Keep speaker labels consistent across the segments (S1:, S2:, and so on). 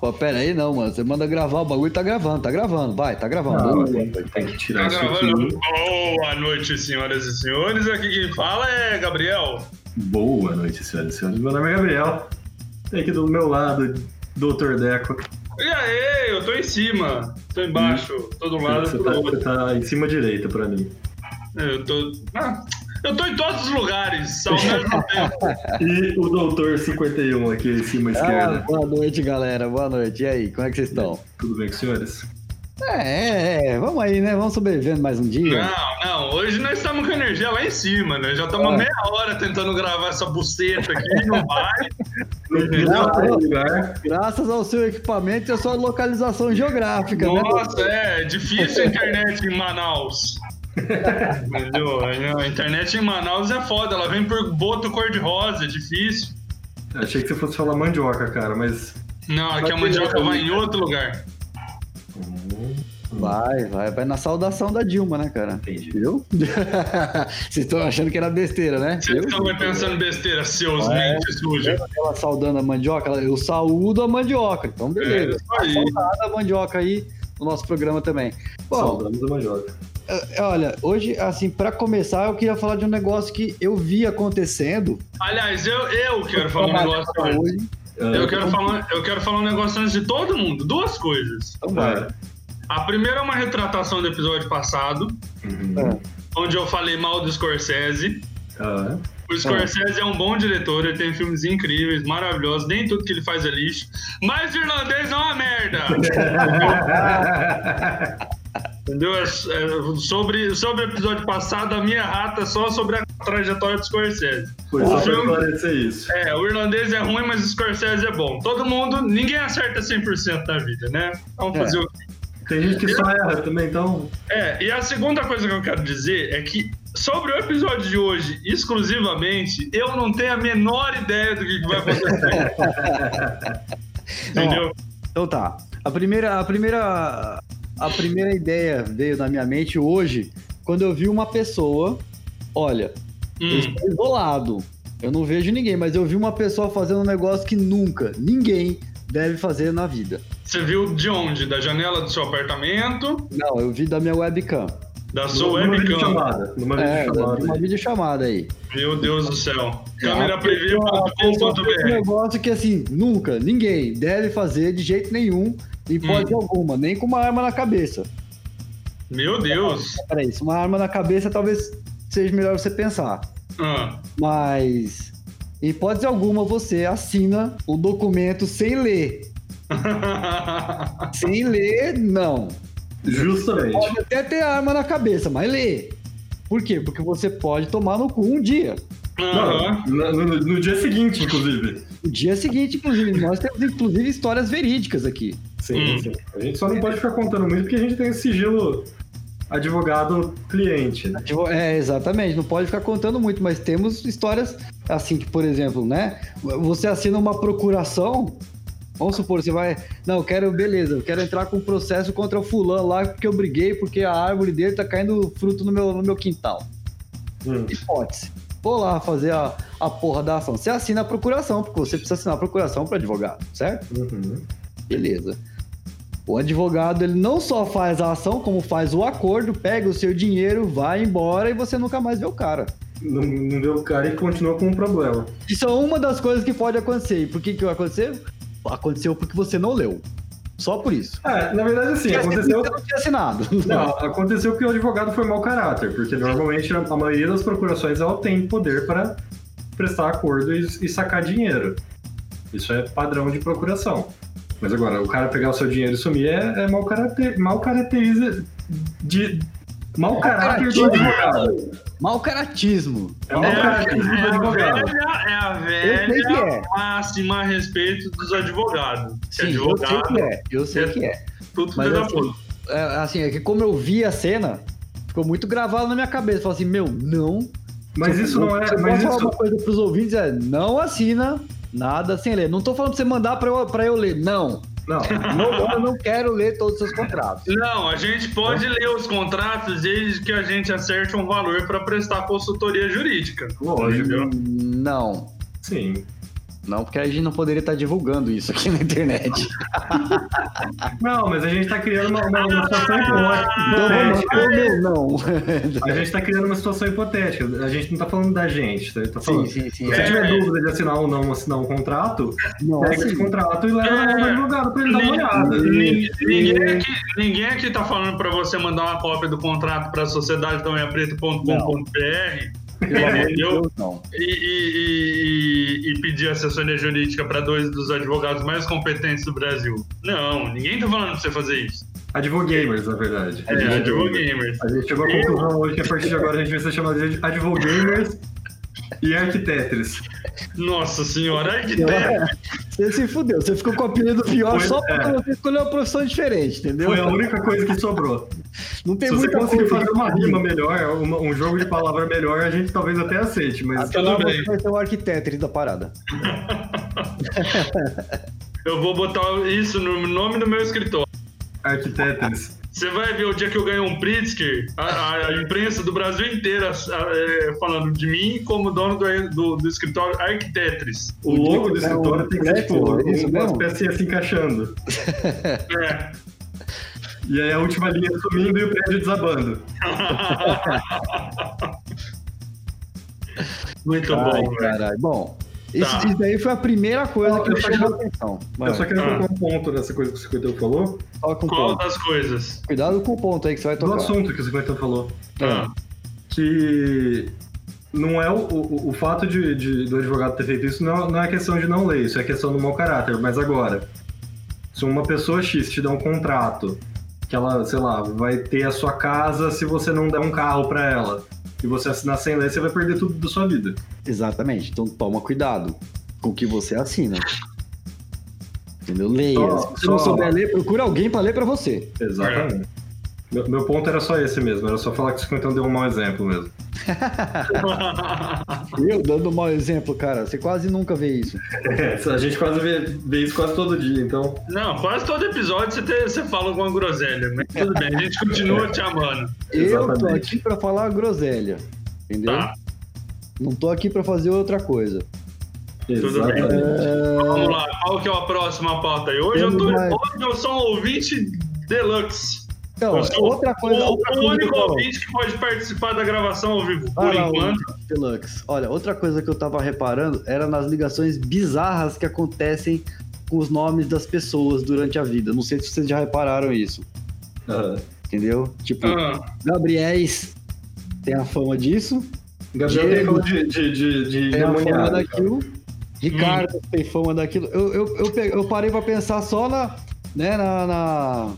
S1: Pô, pera aí não, mano. Você manda gravar o bagulho tá gravando, tá gravando. Vai, tá gravando.
S2: Não,
S1: Boa.
S2: velho, tem que tirar
S3: Tá
S2: isso
S3: gravando?
S2: aqui.
S3: Boa noite, senhoras e senhores. Aqui quem fala é Gabriel.
S2: Boa noite, senhoras e senhores. Meu nome é Gabriel. Tem aqui do meu lado, Dr. Deco.
S3: E aí, eu tô em cima, tô embaixo, tô do lado,
S2: Você
S3: tô
S2: tá,
S3: do
S2: você
S3: outro.
S2: tá em cima direita pra mim.
S3: Eu tô. Ah, eu tô em todos os lugares, ao mesmo tempo.
S2: E o Doutor 51 aqui em cima à
S1: Ah,
S2: esquerda.
S1: boa noite, galera. Boa noite. E aí, como é que vocês estão?
S2: Tudo bem com os senhores?
S1: É, é, é, vamos aí, né? Vamos sobrevivendo mais um dia.
S3: Não, não, hoje nós estamos com energia lá em cima, né? Já estamos
S1: Ah.
S3: meia hora tentando gravar essa buceta aqui, não vai.
S2: Não,
S1: não.
S2: tem lugar.
S1: Graças ao seu equipamento e à sua localização geográfica,
S3: Nossa,
S1: né?
S3: é difícil a internet em Manaus. Entendeu? A internet em Manaus é foda, ela vem por boto cor-de-rosa, é difícil.
S2: Achei que você fosse falar mandioca, cara, mas.
S3: Não, aqui a
S2: Mas
S3: mandioca
S2: tem-
S3: vai em outro lugar.
S1: Hum, Vai, vai, vai na saudação da Dilma, né, cara?
S2: Entendi.
S1: Viu? Vocês estão achando que era besteira, né?
S3: Vocês
S1: Eu?
S3: estão pensando besteira, seus
S1: É.
S3: mentes sujas.
S1: Ela saudando a mandioca, ela- eu saúdo a mandioca. Então, beleza.
S3: É, isso aí.
S1: Saudada a mandioca aí no nosso programa também. Bom,
S2: Saudamos a mandioca.
S1: eh, olha, hoje, assim, pra começar, eu queria falar de um negócio que eu vi acontecendo. Então
S3: Aliás, eu, eu quero falar um negócio
S1: Hoje.
S3: antes.
S2: Ah,
S3: Eu quero, falar, eu quero falar um negócio antes de todo mundo. Duas coisas.
S1: Então, vai.
S2: ah,
S3: A primeira é uma retratação do episódio passado,
S2: uhum.
S3: onde eu falei mal do Scorsese.
S2: Ah,
S3: O Scorsese é um bom diretor, ele tem filmes incríveis, maravilhosos, nem tudo que ele faz é lixo. Mas o irlandês é uma merda!
S2: Ah,
S3: Entendeu? É- é sobre, sobre o episódio passado, a minha rata é só sobre a trajetória do Scorsese.
S2: é? Foi só pra
S3: filme-
S2: esclarecer isso.
S3: É, o irlandês é ruim, mas o Scorsese é bom. Todo mundo, ninguém acerta 100% na vida, né? Vamos
S1: É.
S3: fazer o
S2: Tem gente que só erra também, então.
S3: É, e a segunda coisa que eu quero dizer é que sobre o episódio de hoje, exclusivamente, eu não tenho a menor ideia do que, que vai acontecer. Entendeu?
S1: Então tá. A primeira, a primeira, a primeira ideia veio na minha mente hoje quando eu vi uma pessoa. Olha, eu
S3: Hum,
S1: estou isolado. Eu não vejo ninguém, mas eu vi uma pessoa fazendo um negócio que nunca ninguém deve fazer na vida.
S3: você viu de onde? Da janela do seu apartamento,
S1: Não, eu vi da minha webcam.
S3: da sua
S2: numa
S3: webcam.
S2: videochamada. Numa
S1: É,
S2: videochamada.
S1: de uma videochamada aí.
S3: Meu Deus do céu.
S1: Ah, A pessoa fez um
S3: Câmerapreview.com.br.
S1: negócio que assim, nunca, ninguém deve fazer de jeito nenhum, em hipótese alguma, nem com uma arma na cabeça. ah.
S3: Meu Deus.
S1: Peraí, se uma arma na cabeça talvez seja melhor você pensar.
S3: Ah,
S1: Mas, em hipótese alguma, você assina o documento sem ler. Sem ler, não.
S2: Justamente.
S1: Pode até ter arma na cabeça, mas lê. Por quê? Porque você pode tomar no cu um dia.
S3: Aham.
S2: Não, no, no- no dia seguinte, inclusive.
S1: O dia seguinte, inclusive. Nós temos, inclusive, histórias verídicas aqui.
S2: Sim,
S3: Hum.
S2: sim. A gente só não pode ficar contando muito porque a gente tem esse sigilo advogado cliente. né?
S1: Tipo, É, exatamente. Não pode ficar contando muito, mas temos histórias assim que, por exemplo, né? Você assina uma procuração. Vamos supor, você vai. Não, eu quero, beleza, eu quero entrar com um processo contra o fulano lá, porque eu briguei, porque a árvore dele tá caindo fruto no meu, no meu quintal.
S2: Hum.
S1: Hipótese. Vou lá fazer a, a porra da ação. Você assina a procuração, porque você precisa assinar a procuração para advogado, certo?
S2: Uhum.
S1: Beleza. O advogado, ele não só faz a ação, como faz o acordo, pega o seu dinheiro, vai embora e você nunca mais vê o cara.
S2: Não, não deu o cara e continua com um problema.
S1: Isso é uma das coisas que pode acontecer. E por que que vai acontecer? Aconteceu porque você não leu. Só por isso.
S2: É, na verdade, assim, aconteceu.
S1: Você não tinha assinado.
S2: Não, aconteceu que o advogado foi mau caráter, porque normalmente a a maioria das procurações ela tem poder para prestar acordo e, e sacar dinheiro. Isso é padrão de procuração. Mas agora, o cara pegar o seu dinheiro e sumir é, é mau caráter, mal caracteriza de mau caráter do advogado.
S1: Mau caratismo.
S2: É mau
S3: É,
S2: caratismo do
S3: é a
S2: advogado.
S3: velha, é a
S1: Eu sei que
S3: velha
S1: é.
S3: máxima a respeito dos advogados. Que
S1: Sim, eu sei que é. Eu sei que é.
S3: tudo
S1: Mas
S3: filho da
S1: assim,
S3: puta.
S1: É, Assim, é que como eu vi a cena, ficou muito gravado na minha cabeça. Eu Falei assim, meu, não.
S2: Mas isso não
S1: Se
S2: é.
S1: eu posso
S2: Mas
S1: falar
S2: isso,
S1: uma coisa pros ouvintes, é não assina nada sem ler. Não tô falando pra você mandar pra eu, pra eu ler. Não.
S2: não,
S1: não. Eu não quero ler todos os seus contratos.
S3: Não, a gente pode
S1: né?
S3: ler os contratos desde que a gente acerte um valor para prestar consultoria jurídica.
S2: lógico.
S1: Não.
S2: Sim.
S1: Não, porque a gente não poderia estar divulgando isso aqui na internet.
S2: Não, mas a gente tá criando uma, uma- uma situação Ah,
S1: Então vamos,
S2: hipotética.
S1: ou meu não.
S2: A gente tá criando uma situação hipotética. A gente não tá falando da gente. Tá tá
S1: Sim,
S2: falando.
S1: sim, sim.
S2: Se
S1: é.
S2: tiver dúvida de assinar ou não assinar um contrato,
S1: Nossa,
S2: pega esse contrato e leva
S3: É.
S2: no advogado
S1: tá
S2: pra ele dar uma
S3: Ninguém-
S1: né?
S2: olhada.
S3: Ninguém, ninguém aqui, ninguém aqui tá falando pra você mandar uma cópia do contrato pra sociedade
S1: pelo amor de
S3: Eu-
S1: Deus, não.
S3: e, e- e- e pedir assessoria jurídica para dois dos advogados mais competentes do Brasil. Não, ninguém tá falando pra você fazer isso.
S2: Advogamers, na verdade.
S3: É, advogamers.
S2: A gente chegou à conclusão hoje que a partir de agora a gente vai ser chamado de advogamers e arquitetres.
S3: Nossa senhora, arquiteto.
S1: Eu- Você se fudeu, você ficou com o apelido pior
S2: Foi-
S1: só
S2: é.
S1: porque você escolheu uma profissão diferente, entendeu?
S2: Foi a única coisa que sobrou.
S1: Não tem
S2: Se você
S1: muita
S2: conseguir
S1: coisa.
S2: fazer uma rima melhor, uma- um jogo de palavra melhor, a gente talvez até aceite, mas
S1: Até lá
S3: Tudo
S1: você
S3: bem.
S1: vai ser o arquiteto da parada.
S3: Eu vou botar isso no nome do meu escritório.
S2: arquitetres.
S3: Você vai ver o dia que eu ganhar um Pritzker, a, a- a imprensa do Brasil inteira a- é, falando de mim como dono do, do- do escritório Arquitetris.
S2: O logo do
S1: É um
S2: escritório tem que ser tipo
S1: pretzel, é isso
S2: umas
S1: mesmo?
S2: pecinhas se encaixando.
S3: É.
S2: E aí a última linha sumindo e o prédio desabando.
S3: Muito
S1: Ai,
S3: Tá bom, velho.
S1: caralho. Bom, isso,
S3: Tá.
S1: isso daí foi a primeira coisa
S2: Não,
S1: que
S2: eu
S1: me
S2: só
S1: chamou a
S2: quero-
S1: atenção.
S2: Eu só
S1: Vai,
S2: quero
S3: Ah.
S2: colocar um ponto nessa coisa que o Secretão falou,
S1: toca um
S3: Qual
S1: ponto.
S3: das coisas?
S1: Cuidado com o ponto aí que você vai
S2: do
S1: tocar.
S2: assunto que o Secretão falou.
S3: É.
S1: Ah.
S2: que não é o, o, o fato de, de- do advogado ter feito isso não, não é questão de não ler, isso é questão do mau caráter. Mas agora, se uma pessoa X te dá um contrato que ela, sei lá, vai ter a sua casa se você não der um carro pra ela e você assinar sem ler, você vai perder tudo da sua vida.
S1: Exatamente. Então toma cuidado com o que você assina. Entendeu? Leia.
S2: Só-
S1: Se você não
S2: só-
S1: souber ler, procura alguém pra ler pra você.
S2: Exatamente. Meu, meu ponto era só esse mesmo, era só falar que o 50 deu um mau exemplo mesmo.
S1: Eu dando um mau exemplo, cara. Você quase nunca vê isso.
S2: É, a gente quase vê, vê isso quase todo dia, então.
S3: Não, quase todo episódio você, tem- você fala alguma groselha, mas tudo bem, a gente continua te amando.
S1: Eu tô
S2: Exatamente.
S1: aqui pra falar groselha. Entendeu?
S3: Tá,
S1: Não tô aqui pra fazer outra coisa.
S3: Tudo bem.
S2: Exatamente.
S3: vamos lá. Qual que é a próxima pauta aí? Hoje eu, tô,
S1: Temos mais.
S3: hoje eu sou um ouvinte deluxe.
S1: Então,
S3: Eu sou
S1: outra coisa.
S3: o,
S1: outra
S3: o
S1: coisa que eu
S3: único
S1: falo.
S3: ouvinte que pode participar da gravação ao vivo, por
S1: Vai lá,
S3: enquanto.
S1: Ultra Deluxe. Olha, outra coisa que eu tava reparando era nas ligações bizarras que acontecem com os nomes das pessoas durante a vida. Não sei se vocês já repararam isso,
S2: Aham.
S1: entendeu? Tipo,
S3: Ah,
S1: Gabriéis tem a fama disso,
S2: Gabriel tem
S1: Diego.
S2: fama de, de, de, de
S1: tem a fama
S2: endemoniado.
S1: daquilo, Ricardo tem fama daquilo. Eu, eu, eu, pe- eu parei pra pensar só na, né, na, na-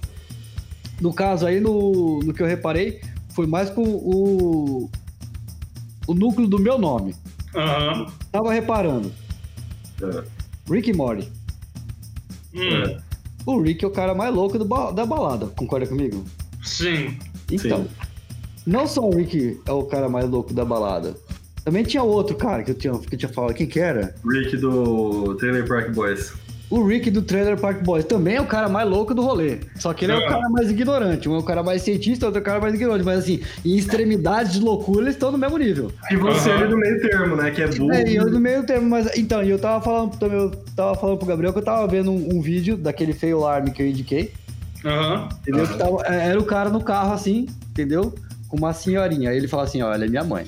S1: no caso aí, no, no que eu reparei, foi mais com o, o núcleo do meu nome.
S3: Ah, aham.
S1: Tava reparando.
S2: É.
S1: Rick e Morty.
S3: Hum,
S1: O Rick é o cara mais louco do ba- da balada, concorda comigo?
S3: sim.
S1: Então,
S2: Sim.
S1: não só o Rick é o cara mais louco da balada. Também tinha outro cara que eu tinha, que eu tinha falado, quem que era?
S2: Rick do Trailer Park Boys.
S1: O Rick do Trailer Park Boys também é o cara mais louco do rolê. Só que ele é o
S3: É.
S1: cara mais ignorante. Um é o cara mais cientista, outro é o cara mais ignorante. Mas assim, em extremidades de loucura, eles estão no mesmo nível.
S2: E você
S3: Aham.
S2: ali do meio termo, né? Que é burro.
S1: É, e eu no meio termo, mas então, e eu tava falando também, eu tava falando pro Gabriel que eu tava vendo um, um vídeo daquele fail alarm que eu indiquei.
S3: Aham.
S1: Entendeu?
S2: Aham.
S1: Que tava- é, era o cara no carro assim, entendeu? Com uma senhorinha. Aí ele fala assim: olha, é minha mãe.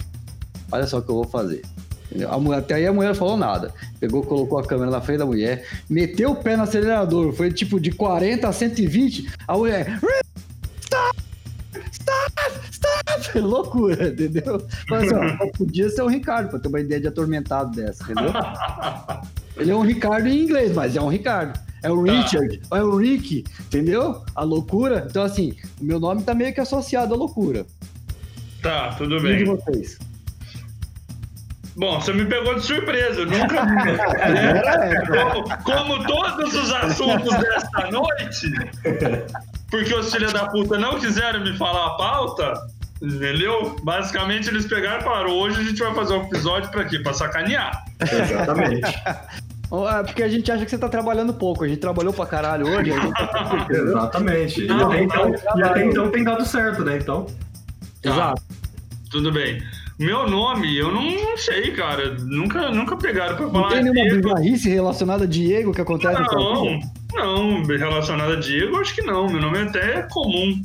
S1: Olha só o que eu vou fazer. Entendeu? A mulher- até aí a mulher não falou nada. Pegou, colocou a câmera na frente da mulher, meteu o pé no acelerador. Foi tipo de 40 a 120. A mulher. Stop! Stop! Stop! Loucura, entendeu? Mas ó, só podia ser o Ricardo, pra ter uma ideia de atormentado dessa, entendeu? Ele é um Ricardo em inglês, mas é um Ricardo. É um Richard, é um Rick, entendeu? A loucura. Então, assim, o meu nome tá meio que associado à loucura.
S3: Tá, tudo
S1: E de
S3: bem.
S1: vocês?
S3: Bom, você me pegou de surpresa. Eu nunca.
S1: É,
S3: né? como, como todos os assuntos desta noite, porque os filhos da puta não quiseram me falar a pauta, entendeu? Basicamente, eles pegaram e falaram: hoje a gente vai fazer um episódio pra quê? Pra sacanear.
S2: Exatamente.
S1: Ó, é porque a gente acha que você tá trabalhando pouco. A gente trabalhou pra caralho hoje. a gente tá- entendeu?
S2: Exatamente. E
S3: Não,
S2: até, então,
S1: não,
S2: e até
S1: não.
S2: então tem dado certo, né? Então.
S3: Tá,
S1: Exato.
S3: Tudo bem. Meu nome, eu não, não sei, cara. Nunca, nunca pegaram pra
S1: Não
S3: falar.
S1: tem nenhuma
S3: Diego.
S1: bizarrice relacionada a Diego que acontece na sua vida?
S3: Não, não, relacionado a Diego, acho que não. Meu nome até é comum.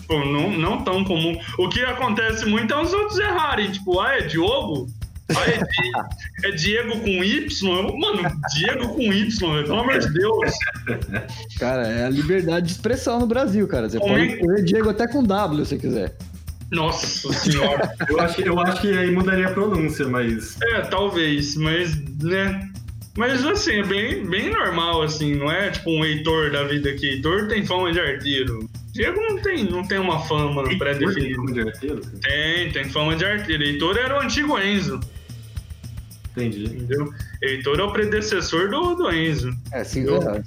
S3: Tipo, não, não tão comum. O que acontece muito é os outros errarem. Tipo, ah, é Diogo? Ah, é, Di- é Diego com Y? Eu, Mano, Diego com Y, velho, pelo amor de Deus.
S1: Cara, é a liberdade de expressão no Brasil, cara. Você
S3: Como
S1: pode
S3: é que-
S1: escrever Diego até com W se quiser.
S3: Nossa senhora.
S2: Eu acho, eu acho que aí mudaria a pronúncia, mas.
S3: É, talvez, mas, né? Mas assim, é bem, bem normal, assim, não é tipo um Heitor da vida que Heitor tem fama de arteiro. Diego não tem, não tem uma fama pré-definida.
S2: Como de arteiro, cara?
S3: Tem, tem fama de arteiro. Heitor era o antigo Enzo,
S2: Entendi.
S3: entendeu? Heitor é o predecessor do, do Enzo.
S1: É, assim,
S3: Eu-
S1: é,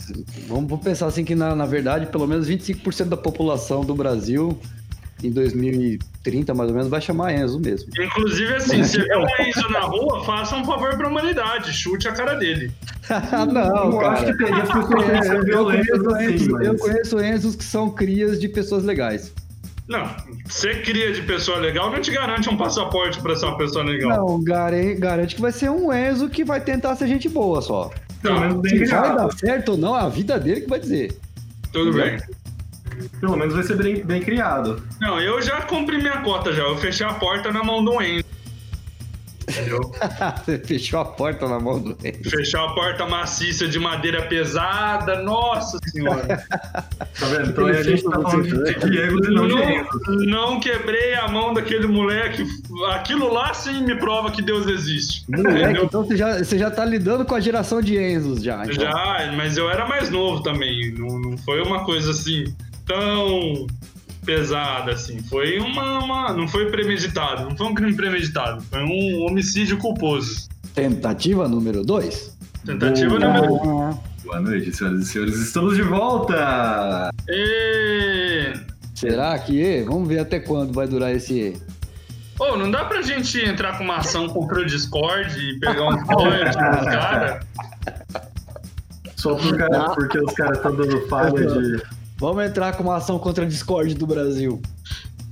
S1: vamos, vamos pensar assim que, na, na verdade, pelo menos 25% da população do Brasil em 2030, mais ou menos, vai chamar Enzo mesmo.
S3: Inclusive, assim,
S2: é
S3: se vê um Enzo na rua, faça um favor pra humanidade, chute a cara dele.
S1: Ah, não,
S2: eu acho
S1: cara.
S2: que teria
S1: É,
S2: consequências
S1: eu,
S2: violentas
S1: conheço
S2: assim,
S1: Enzos, eu
S2: mas.
S1: conheço Enzos que são crias de pessoas legais.
S3: Não, ser cria de pessoa legal não te garante um passaporte pra ser uma pessoa legal.
S1: Não, gare- garante que vai ser um Enzo que vai tentar ser gente boa só.
S2: Pelo menos bem
S1: Se vai
S2: criado.
S1: dar certo ou não, é a vida dele que vai dizer.
S3: Tá, Tudo bem.
S2: Pelo menos vai ser bem, bem criado.
S3: Não, eu já cumpri minha cota já. Eu fechei a porta na mão do Enzo. Entendeu?
S1: Ah, Você fechou a porta na mão do Enzo.
S3: Fechar a porta maciça de madeira pesada, nossa senhora.
S2: Tá vendo? Então aí a gente tá falando de de Diego e não de Enzo.
S3: Não, não quebrei a mão daquele moleque. Aquilo lá sim me prova que Deus existe.
S1: Moleque,
S3: Entendeu?
S1: então você já, você já tá lidando com a geração de Enzos já. então.
S3: Já, mas eu era mais novo também. Não, não foi uma coisa assim tão pesada assim. Foi uma, uma- Não foi premeditado. Não foi um crime premeditado. Foi um homicídio culposo.
S1: Tentativa número 2.
S3: Tentativa número. um.
S1: Uhum.
S2: Boa noite, senhoras e senhores. Estamos de volta!
S3: E...
S1: Será que? Vamos ver até quando vai durar esse.
S3: Ô, não dá pra gente entrar com uma ação contra o Discord e pegar um spoiler dos caras?
S2: Só por cara- porque os caras estão dando falha de.
S1: Vamos entrar com uma ação contra a Discord do Brasil.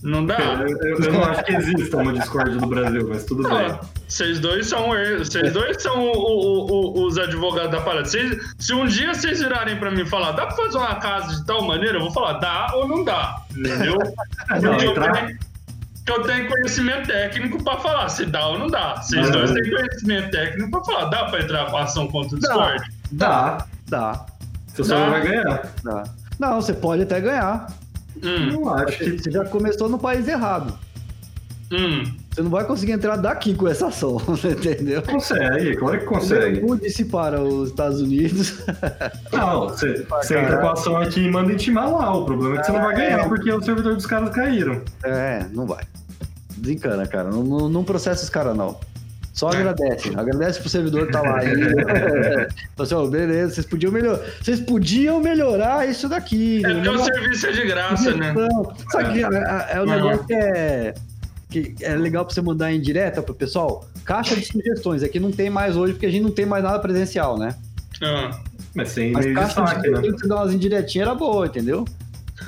S3: Não dá.
S2: Eu, eu- eu não acho que exista uma Discord do Brasil, mas tudo bem.
S3: Não, Vocês dois são, vocês dois são o- o- o- os advogados da parada. Vocês- se um dia vocês virarem pra mim e falar, dá pra fazer uma casa de tal maneira, eu vou falar, dá ou não dá. Entendeu?
S2: Não,
S3: Porque eu
S2: entrar,
S3: tenho, que eu tenho conhecimento técnico pra falar se dá ou não dá. Vocês
S2: Não.
S3: dois têm conhecimento técnico pra falar, dá pra entrar com ação contra o
S1: Dá.
S3: Discord?
S2: dá.
S1: Dá,
S2: Você só
S3: Dá.
S2: não vai ganhar.
S1: dá. Não, você pode até ganhar.
S3: Hum,
S2: Eu acho que.
S1: Você já começou no país errado.
S3: hum.
S1: Você não vai conseguir entrar daqui com essa ação, você entendeu?
S2: Consegue, claro que
S1: Você
S2: consegue.
S1: mude-se para os Estados Unidos.
S2: Não, você, você entra com a ação aqui e manda intimar lá. O problema é que você não vai ganhar porque o servidor dos caras caíram.
S1: É, não vai. Desencana, cara. Não, não, não processa os caras, não. Só
S3: É.
S1: agradece. Agradece pro servidor que tá lá ainda. Fala assim, ó, beleza, vocês podiam melhorar. Vocês podiam melhorar isso daqui. né?
S3: É porque
S1: Não
S3: o serviço é de graça, né?
S1: Não. Sabe que é, é o
S3: Não.
S1: negócio que é, que é legal pra você mandar em direta pro pessoal? Caixa de sugestões. Aqui não tem mais hoje, porque a gente não tem mais nada presencial, né?
S3: Ah,
S2: Mas sem
S1: Mas
S2: meio de
S1: caixa de
S2: saque, né?
S1: sugestões, você dá umas indiretinhas, era boa, entendeu?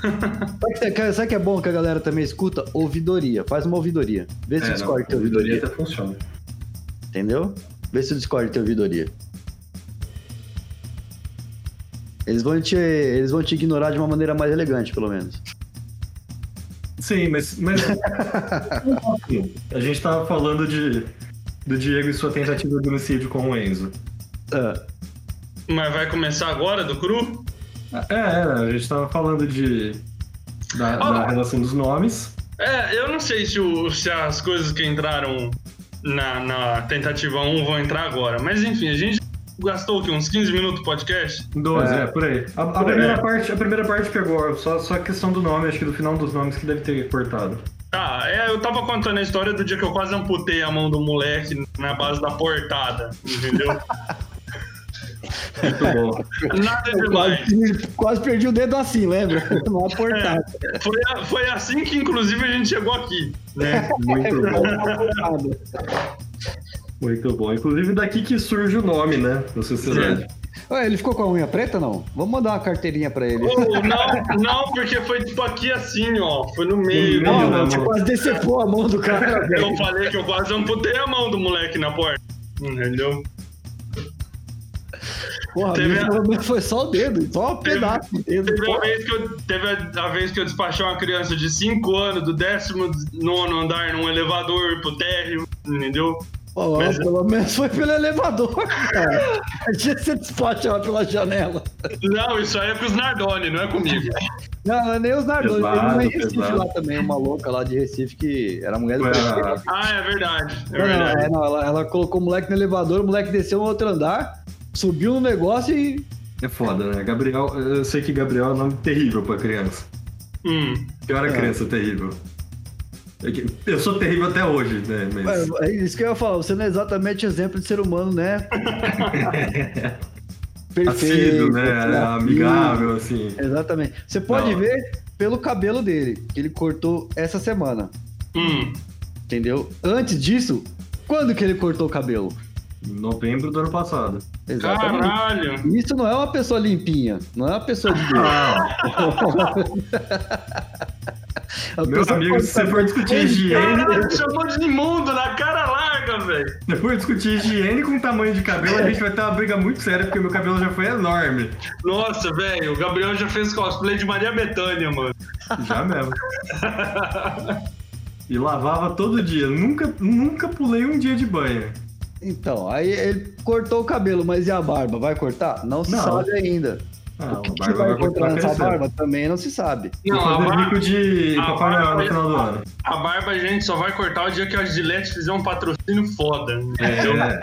S1: sabe, que, você- sabe que é bom que a galera também escuta? Ouvidoria. Faz uma ouvidoria. Vê se
S2: É,
S1: o Discord
S2: não,
S1: tem ouvidoria.
S2: até funciona.
S1: Entendeu? Vê se o Discord tem ouvidoria. Eles vão, te, eles vão te ignorar de uma maneira mais elegante, pelo menos.
S2: Sim, mas. mas... a gente tava falando de. Do Diego e sua tentativa de homicídio com o Enzo.
S1: Ah,
S3: mas vai começar agora do cru?
S2: É, é, a gente tava falando de. Da, da relação dos nomes.
S3: É, eu não sei se, o- se as coisas que entraram na, na tentativa 1 vão entrar agora, mas enfim, a gente gastou o quê? Uns 15 minutos do podcast?
S2: Dois,
S1: É.
S2: é, por aí. é. A, a
S3: aí.
S2: primeira parte, a primeira parte pegou, só, só a questão do nome, acho que do final dos nomes que deve ter cortado.
S3: Tá, é, eu tava contando a história do dia que eu quase amputei a mão do moleque na base da portada, entendeu?
S2: Muito bom.
S3: Nada
S1: eu
S3: demais.
S1: quase, quase perdi o dedo assim, lembra? Uma portada.
S3: Foi, a- foi assim que, inclusive, a gente chegou aqui, né?
S2: É, Muito bom.
S1: Uma portada.
S2: Muito bom. Inclusive daqui que surge o nome, né? Da sociedade.
S1: Ué, ele ficou com a unha preta, não? Vamos mandar uma carteirinha pra ele.
S3: Ô, não, não, porque foi tipo aqui assim, ó. Foi no meio.
S2: No meio,
S3: né?
S2: né?
S1: Você tipo, quase decepou a mão do cara, velho.
S3: Eu falei que eu quase amputei a mão do moleque na porta. Entendeu?
S1: Porra,
S3: Teve
S1: meu,
S3: a-
S1: pelo menos foi só o dedo, só um
S3: Teve-
S1: pedaço do dedo.
S3: Teve a
S1: Porra.
S3: vez que eu, teve a, a vez que eu despachei uma criança de 5 anos do 19 andar num elevador pro térreo, entendeu?
S1: Pô,
S3: Mas-
S1: pelo menos foi pelo elevador, cara. A gente se despacha lá pela janela.
S3: Não, isso aí é pros Nardoni, não é comigo.
S1: Não, é nem os Nardoni. Teve
S2: Pesado,
S1: uma em Recife
S2: pesado.
S1: lá também, uma louca lá de Recife que era mulher do
S2: Foi
S1: prefeito.
S2: a-
S3: Ah, é verdade. É
S1: Não, não,
S3: verdade.
S1: é, não, ela, ela colocou o moleque no elevador, o moleque desceu no outro andar, subiu no negócio e.
S2: É foda, né? Gabriel, eu sei que Gabriel é um nome terrível pra criança.
S3: Hum.
S2: Pior a
S1: É.
S2: criança terrível. É que Eu sou terrível até hoje, né? Mas...
S1: É, é isso que eu ia falar, você não é exatamente exemplo de ser humano, né?
S2: Assíduo, né?
S1: assim,
S2: Amigável, assim.
S1: Exatamente. Você pode
S2: Não.
S1: ver pelo cabelo dele, que ele cortou essa semana,
S3: Hum.
S1: entendeu? Antes disso, quando que ele cortou o cabelo?
S2: Em novembro do ano passado.
S3: Caralho.
S1: Isso não é uma pessoa limpinha, não é uma pessoa de Deus.
S2: Ah,
S1: A
S2: meus
S1: pessoa
S2: amigos, se
S1: corta-
S2: você for discutir higiene,
S3: Caralho, chamou de imundo na cara larga, velho.
S2: se for discutir higiene com tamanho de cabelo, a gente vai ter uma briga muito séria, porque meu cabelo já foi enorme.
S3: Nossa, velho, o Gabriel já fez cosplay de Maria Bethânia, mano.
S2: Já mesmo. E lavava todo dia. Nunca, nunca pulei um dia de banho.
S1: Então, aí ele cortou o cabelo, mas e a barba? Vai cortar? Não se
S2: Não.
S1: sabe ainda.
S2: Ah,
S1: o que,
S2: a
S1: que
S2: barba
S1: vai
S2: vai continuar
S1: encontrar nessa
S2: crescendo.
S1: barba também não se sabe.
S2: Vou
S3: Não, a
S2: fazer
S3: barba,
S2: bico de
S3: a
S2: Papai Noel
S3: barba-
S2: no final do ano.
S3: a barba a gente só vai cortar o dia que a Gillette fizer um patrocínio foda. né? entendeu?
S2: É,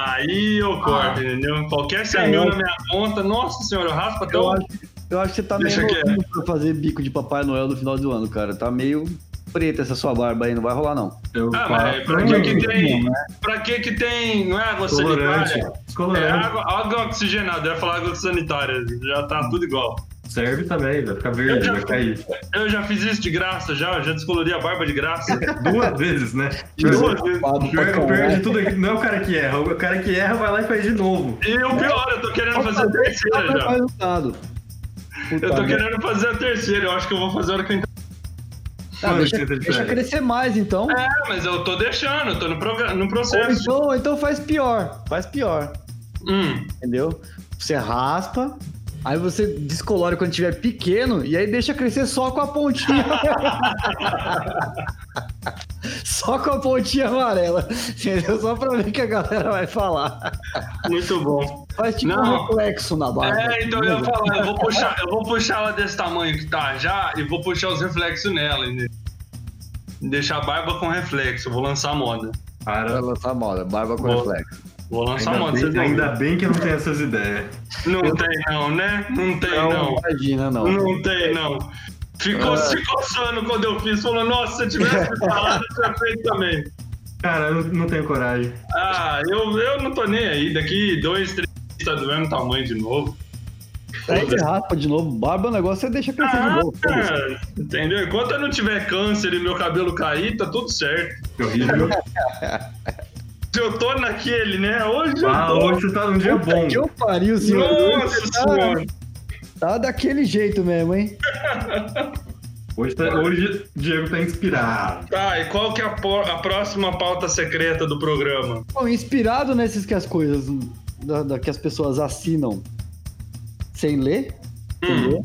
S3: Aí eu corto, entendeu? Qualquer 100 mil
S1: eu-
S3: na minha conta, nossa senhora, É, eu raspo até
S1: Eu
S3: o. um-
S1: acho, eu acho que você tá meio
S3: Então, Deixa quieto.
S1: novinho pra fazer bico de Papai Noel no final do ano, cara. Tá meio preta essa sua barba aí, não vai rolar não.
S2: eu
S3: Ah,
S2: falo-
S3: mas pra que
S2: Hum,
S3: que tem?
S1: Não,
S3: Pra que que tem. Não é água
S2: Colorante.
S3: sanitária? É
S2: Colorante.
S3: água, água oxigenada, eu ia falar água sanitária, já tá tudo igual.
S2: Serve também, vai ficar
S3: Eu
S2: verde,
S3: já
S2: vai
S3: fiz.
S2: cair.
S3: Eu já fiz isso de graça, já, já descolori a barba de graça.
S2: Duas vezes, né?
S1: Tipo assim,
S3: Duas vezes.
S1: Barbado
S2: O
S1: pra né?
S2: pior, o pior de
S1: caralho.
S2: tudo é que não é o cara que erra. O cara que erra vai lá e faz de novo.
S3: E o pior, eu tô querendo fazer a
S1: Nossa,
S3: terceira já.
S1: Faz um dado. Puta
S3: Eu tô
S1: merda.
S3: querendo fazer a terceira, eu acho que eu vou fazer a hora que eu entrar.
S1: Ah,
S2: Mano,
S1: deixa,
S2: você tá de
S1: deixa
S2: férias.
S1: crescer mais então.
S3: É, mas eu tô deixando, eu tô no, progra- no
S1: Ou
S3: processo.
S1: então, ou então faz pior. Faz pior.
S3: Hum.
S1: Entendeu? Você raspa, aí você descolore quando tiver pequeno e aí deixa crescer só com a pontinha. só com a pontinha amarela. Entendeu? Só pra ver o que a galera vai falar.
S3: Muito bom.
S1: Faz tipo um
S3: Não.
S1: reflexo na barba.
S3: É, então
S1: né?
S3: eu ia falar, eu vou puxar, eu vou puxar ela desse tamanho que tá já e vou puxar os reflexos nela. entendeu? Deixar a barba com reflexo, eu vou lançar a moda.
S1: Vai
S2: Cara,
S1: lançar moda, barba com
S3: Boa.
S1: reflexo.
S3: Vou lançar a
S2: ainda
S3: moda,
S2: bem,
S3: vocês vão
S2: ainda
S3: ver.
S2: bem que eu não tenho essas ideias.
S3: Não tem não, né? Não tem não.
S1: imagina, não.
S3: Não tem não. Ficou
S1: Ah.
S3: se coçando quando eu fiz, falou, nossa, se eu tivesse me falado, eu tinha feito também.
S2: Cara, eu não tenho coragem.
S3: Ah, eu, eu não tô nem aí. Daqui dois, três tá do mesmo tamanho de novo.
S1: Aí você raspa de novo, barba é um negócio, você deixa crescer de
S3: Ah,
S1: novo. foda-se.
S3: cara, entendeu? Enquanto eu não tiver câncer e meu cabelo cair, tá tudo certo.
S2: Que horrível.
S3: Se eu tô naquele, né? Hoje eu
S2: Ah,
S3: tô.
S2: hoje você tá num dia
S1: Puta
S2: bom.
S1: que eu pariu, senhor.
S3: Nossa senhora.
S1: Tá daquele jeito mesmo, hein?
S2: Hoje, tá, hoje o Diego tá inspirado.
S3: Tá, e qual que é a, por- a próxima pauta secreta do programa?
S1: Bom, inspirado nesses que as coisas da, da- que as pessoas assinam sem ler,
S3: Hum,
S1: entendeu?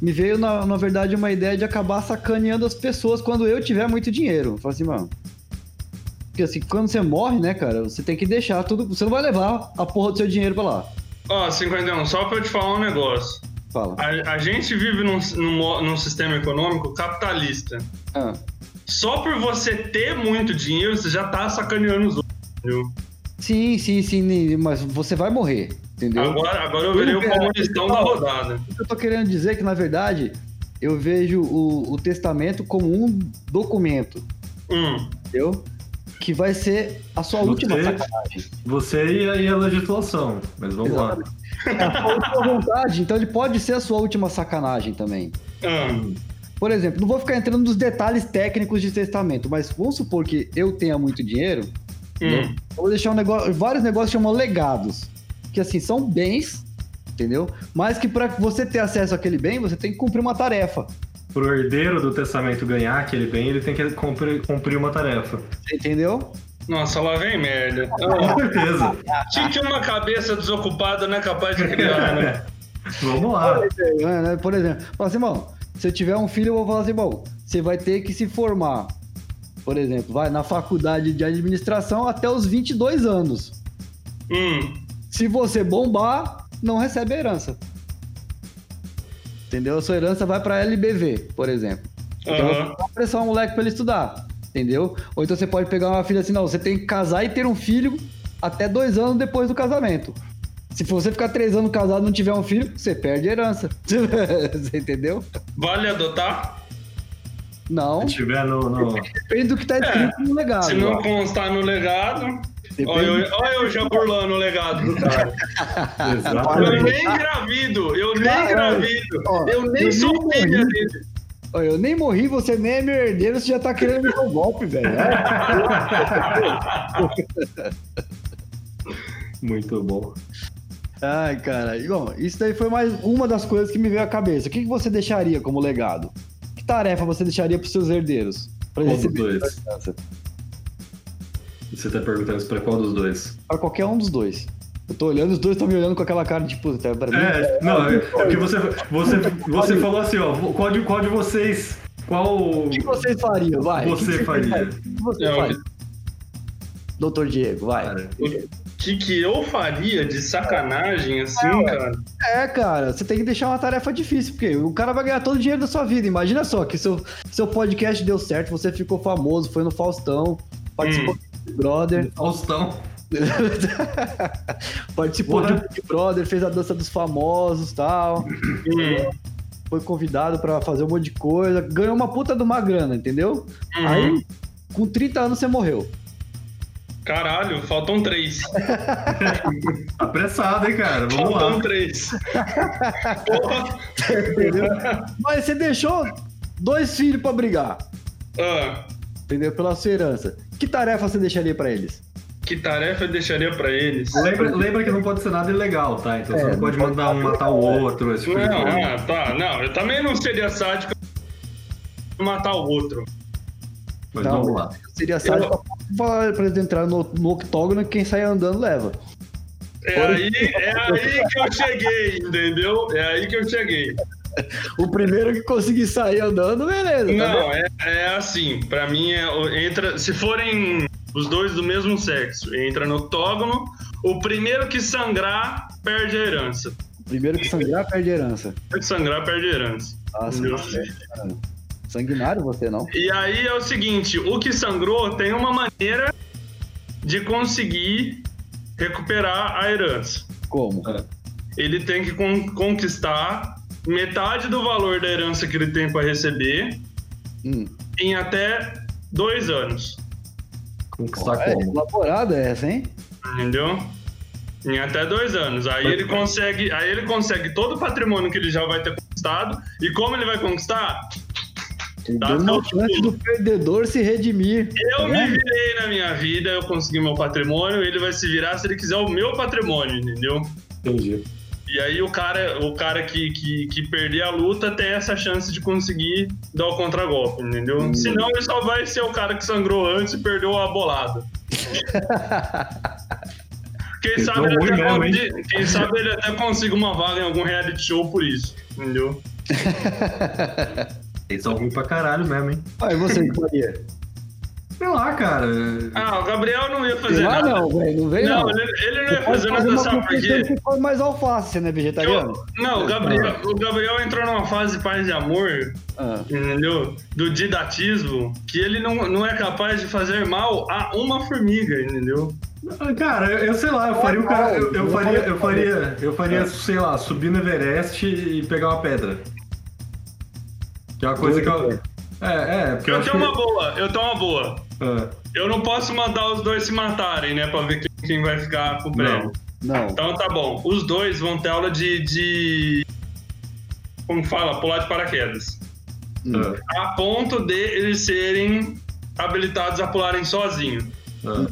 S1: Me veio, na, na verdade, uma ideia de acabar sacaneando as pessoas quando eu tiver muito dinheiro. Fala assim, mano. Porque assim, quando você morre, né, cara, você tem que deixar tudo. Você não vai levar a porra do seu dinheiro pra lá.
S3: Ó, 51, só pra eu te falar um negócio.
S1: Fala.
S3: A, a gente vive num, num mo- num sistema econômico capitalista.
S1: Ah,
S3: Só por você ter muito dinheiro, você já tá sacaneando os outros, entendeu?
S1: Sim, sim, sim, sim, mas você vai morrer, entendeu?
S3: Agora, agora eu virei o
S1: Liberado.
S3: comunistão da rodada.
S1: O que eu tô querendo dizer é que, na verdade, eu vejo o, o testamento como um documento,
S3: Hum.
S1: entendeu? Que vai ser a sua
S2: Você-
S1: última sacanagem.
S2: Você e a, e a legislação, mas vamos lá.
S1: É a sua última vontade, então ele pode ser a sua última sacanagem também.
S3: Ah,
S1: Por exemplo, não vou ficar entrando nos detalhes técnicos de testamento, mas vamos supor que eu tenha muito dinheiro,
S3: hum.
S1: eu vou deixar um negócio, vários negócios chamam legados, que assim, são bens Entendeu? Mas que para você ter acesso àquele bem, você tem que cumprir uma tarefa.
S2: Para o herdeiro do testamento ganhar aquele bem, ele tem que cumprir, cumprir uma tarefa.
S1: Você entendeu?
S3: Nossa, lá vem merda.
S2: Com
S3: Ó,
S2: certeza.
S3: se tinha uma cabeça desocupada, não é capaz de criar, né?
S2: Vamos lá.
S1: Né, né, Por exemplo, fala assim, bom, se eu tiver um filho, eu vou falar assim, bom, você vai ter que se formar, por exemplo, vai na faculdade de administração até os 22 anos.
S3: Hum.
S1: Se você bombar, não recebe a herança. Entendeu? A sua herança vai pra LBV, por exemplo. Então
S3: aham.
S1: você pode pressionar um moleque pra ele estudar, entendeu? Ou então você pode pegar uma filha assim, não, você tem que casar e ter um filho até dois anos depois do casamento. Se você ficar três anos casado e não tiver um filho, você perde a herança. você entendeu?
S3: Vale adotar?
S1: Não,
S2: Se tiver no. no...
S1: depende do que tá escrito no legado.
S3: É tipo- Se não constar no legado. Olha
S1: Depende-
S3: eu, olha eu já burlando o legado do cara. Eu
S2: Exatamente.
S3: nem engravido, eu nem
S1: Caralho.
S3: gravido.
S1: Ó,
S3: Eu nem
S1: eu
S3: sou
S1: nem
S3: filha
S1: morri.
S3: dele.
S1: Olha, eu nem morri, você nem é meu herdeiro, você já tá querendo me dar um golpe, velho.
S2: Muito bom.
S1: Ai, cara. E, Bom, isso daí foi mais uma das coisas que me veio à cabeça. O que, que você deixaria como legado? Que tarefa você deixaria pros seus herdeiros? Pra
S2: Qual
S1: eles
S2: dos
S1: receberem
S2: dois?
S1: essa herança?
S2: Você tá perguntando isso pra qual dos dois?
S1: Pra qualquer um dos dois. Eu tô olhando, os dois estão me olhando com aquela cara de puta. Pra mim,
S2: É, não, é porque você, você, você falou assim, ó, qual de, qual de vocês. Qual
S1: o que vocês fariam? Vai. O que
S2: você
S1: que
S2: faria?
S1: O que você
S3: Não,
S1: faria? Doutor Diego, vai.
S2: Cara,
S3: O que, que eu faria de sacanagem assim,
S1: É, ué.
S3: cara?
S1: É, cara, você tem que deixar uma tarefa difícil, porque o cara vai ganhar todo o dinheiro da sua vida. Imagina só que seu, seu podcast deu certo, você ficou famoso, foi no Faustão,
S2: Hum.
S1: participou do Big Brother.
S2: Faustão.
S1: Participou
S2: Porra.
S1: do Big Brother, fez a dança dos famosos tal.
S3: Hum,
S1: Foi convidado pra fazer um monte de coisa. Ganhou uma puta de uma grana, entendeu?
S3: uhum.
S1: Aí, com 30 anos, você morreu.
S3: Caralho, faltam três.
S2: Apressado, hein, cara? Vamos
S3: Faltam
S2: lá.
S3: três. Porra.
S1: Entendeu? Mas você deixou dois filhos pra brigar,
S3: Ah,
S1: entendeu? Pela sua herança. Que tarefa você deixaria pra eles?
S3: que tarefa eu deixaria pra eles?
S2: Lembra, lembra que não pode ser nada ilegal, tá? Então
S1: É,
S2: você
S1: não
S2: não pode
S1: pode
S2: mandar um matar o outro, esse tipo de
S3: Não,
S2: coisa.
S3: ah, tá. Não, eu também não seria sádico matar o outro.
S2: Mas
S1: Não.
S2: vamos lá.
S1: Então, Seria sábio pra, pra eles entrarem no, no octógono quem sair andando leva.
S3: É aí, é aí que eu cheguei, entendeu? É aí que eu cheguei.
S1: O primeiro que conseguir sair andando, beleza. tá bom?
S3: Não, é, é assim, pra mim é, o- entra, se forem os dois do mesmo sexo, entra no octógono, o primeiro que sangrar perde a herança.
S1: O primeiro que sangrar perde a herança.
S3: O que sangrar perde a herança.
S1: Nossa, é,
S3: Meu
S1: sanguinário você não.
S3: E aí é o seguinte, o que sangrou tem uma maneira de conseguir recuperar a herança.
S1: Como?
S3: É. Ele tem que con- conquistar metade do valor da herança que ele tem para receber
S1: Hum.
S3: em até dois anos.
S2: Conquistar
S1: É,
S2: como?
S1: elaborada essa, hein?
S3: Entendeu? Em até dois anos. Aí ele consegue, aí ele consegue todo o patrimônio que ele já vai ter conquistado. E como ele vai conquistar? Tá,
S1: Deu uma
S3: tá,
S1: chance do perdedor se redimir.
S3: Eu me
S1: né?
S3: virei na minha vida, eu consegui meu patrimônio, ele vai se virar se ele quiser o meu patrimônio, entendeu?
S2: Entendi.
S3: E aí o cara, o cara que, que, que perder a luta tem essa chance de conseguir dar o contragolpe, entendeu? Senão ele só vai ser o cara que sangrou antes e perdeu a bolada. Quem
S2: Vocês
S3: sabe,
S2: dão
S3: ele
S2: ruim
S3: até
S2: mesmo, hein?
S3: consi- quem sabe ele até consiga uma vaga em algum reality show por isso, entendeu?
S2: Eles são ruins pra caralho mesmo, hein?
S1: Ah, e você que faria?
S2: Sei lá, cara.
S3: Ah, o Gabriel não ia
S1: Sei
S3: fazer
S1: lá
S3: nada.
S1: não, velho. Não vem não.
S3: Não, ele, ele não
S1: Você
S3: ia fazer
S1: pode fazer
S3: nada,
S1: uma
S3: sabe por
S1: competição
S3: quê?
S1: que come mais alface, você não é vegetariano?
S3: Eu- não, o Gabriel, o Gabriel entrou numa fase de paz e amor,
S1: Ah,
S3: entendeu? Do didatismo, que ele não, não é capaz de fazer mal a uma formiga, entendeu?
S2: Ah, Cara, eu, eu sei lá, eu faria o cara. Eu, eu faria, eu faria, eu
S1: É.
S2: faria, sei lá, subir no Everest e pegar uma pedra. Que é uma coisa que eu. É, é, porque eu
S3: Eu
S2: acho
S3: tenho
S2: que.
S3: uma boa, eu tenho uma boa.
S2: Ah,
S3: Eu não posso mandar os dois se matarem, né? Pra ver quem, quem vai ficar com o prêmio.
S1: não.
S3: Então tá bom. Os dois vão ter aula de. de... Como fala? Pular de paraquedas.
S1: Hum.
S2: ah,
S3: A ponto de eles serem habilitados a pularem sozinhos.
S2: ah.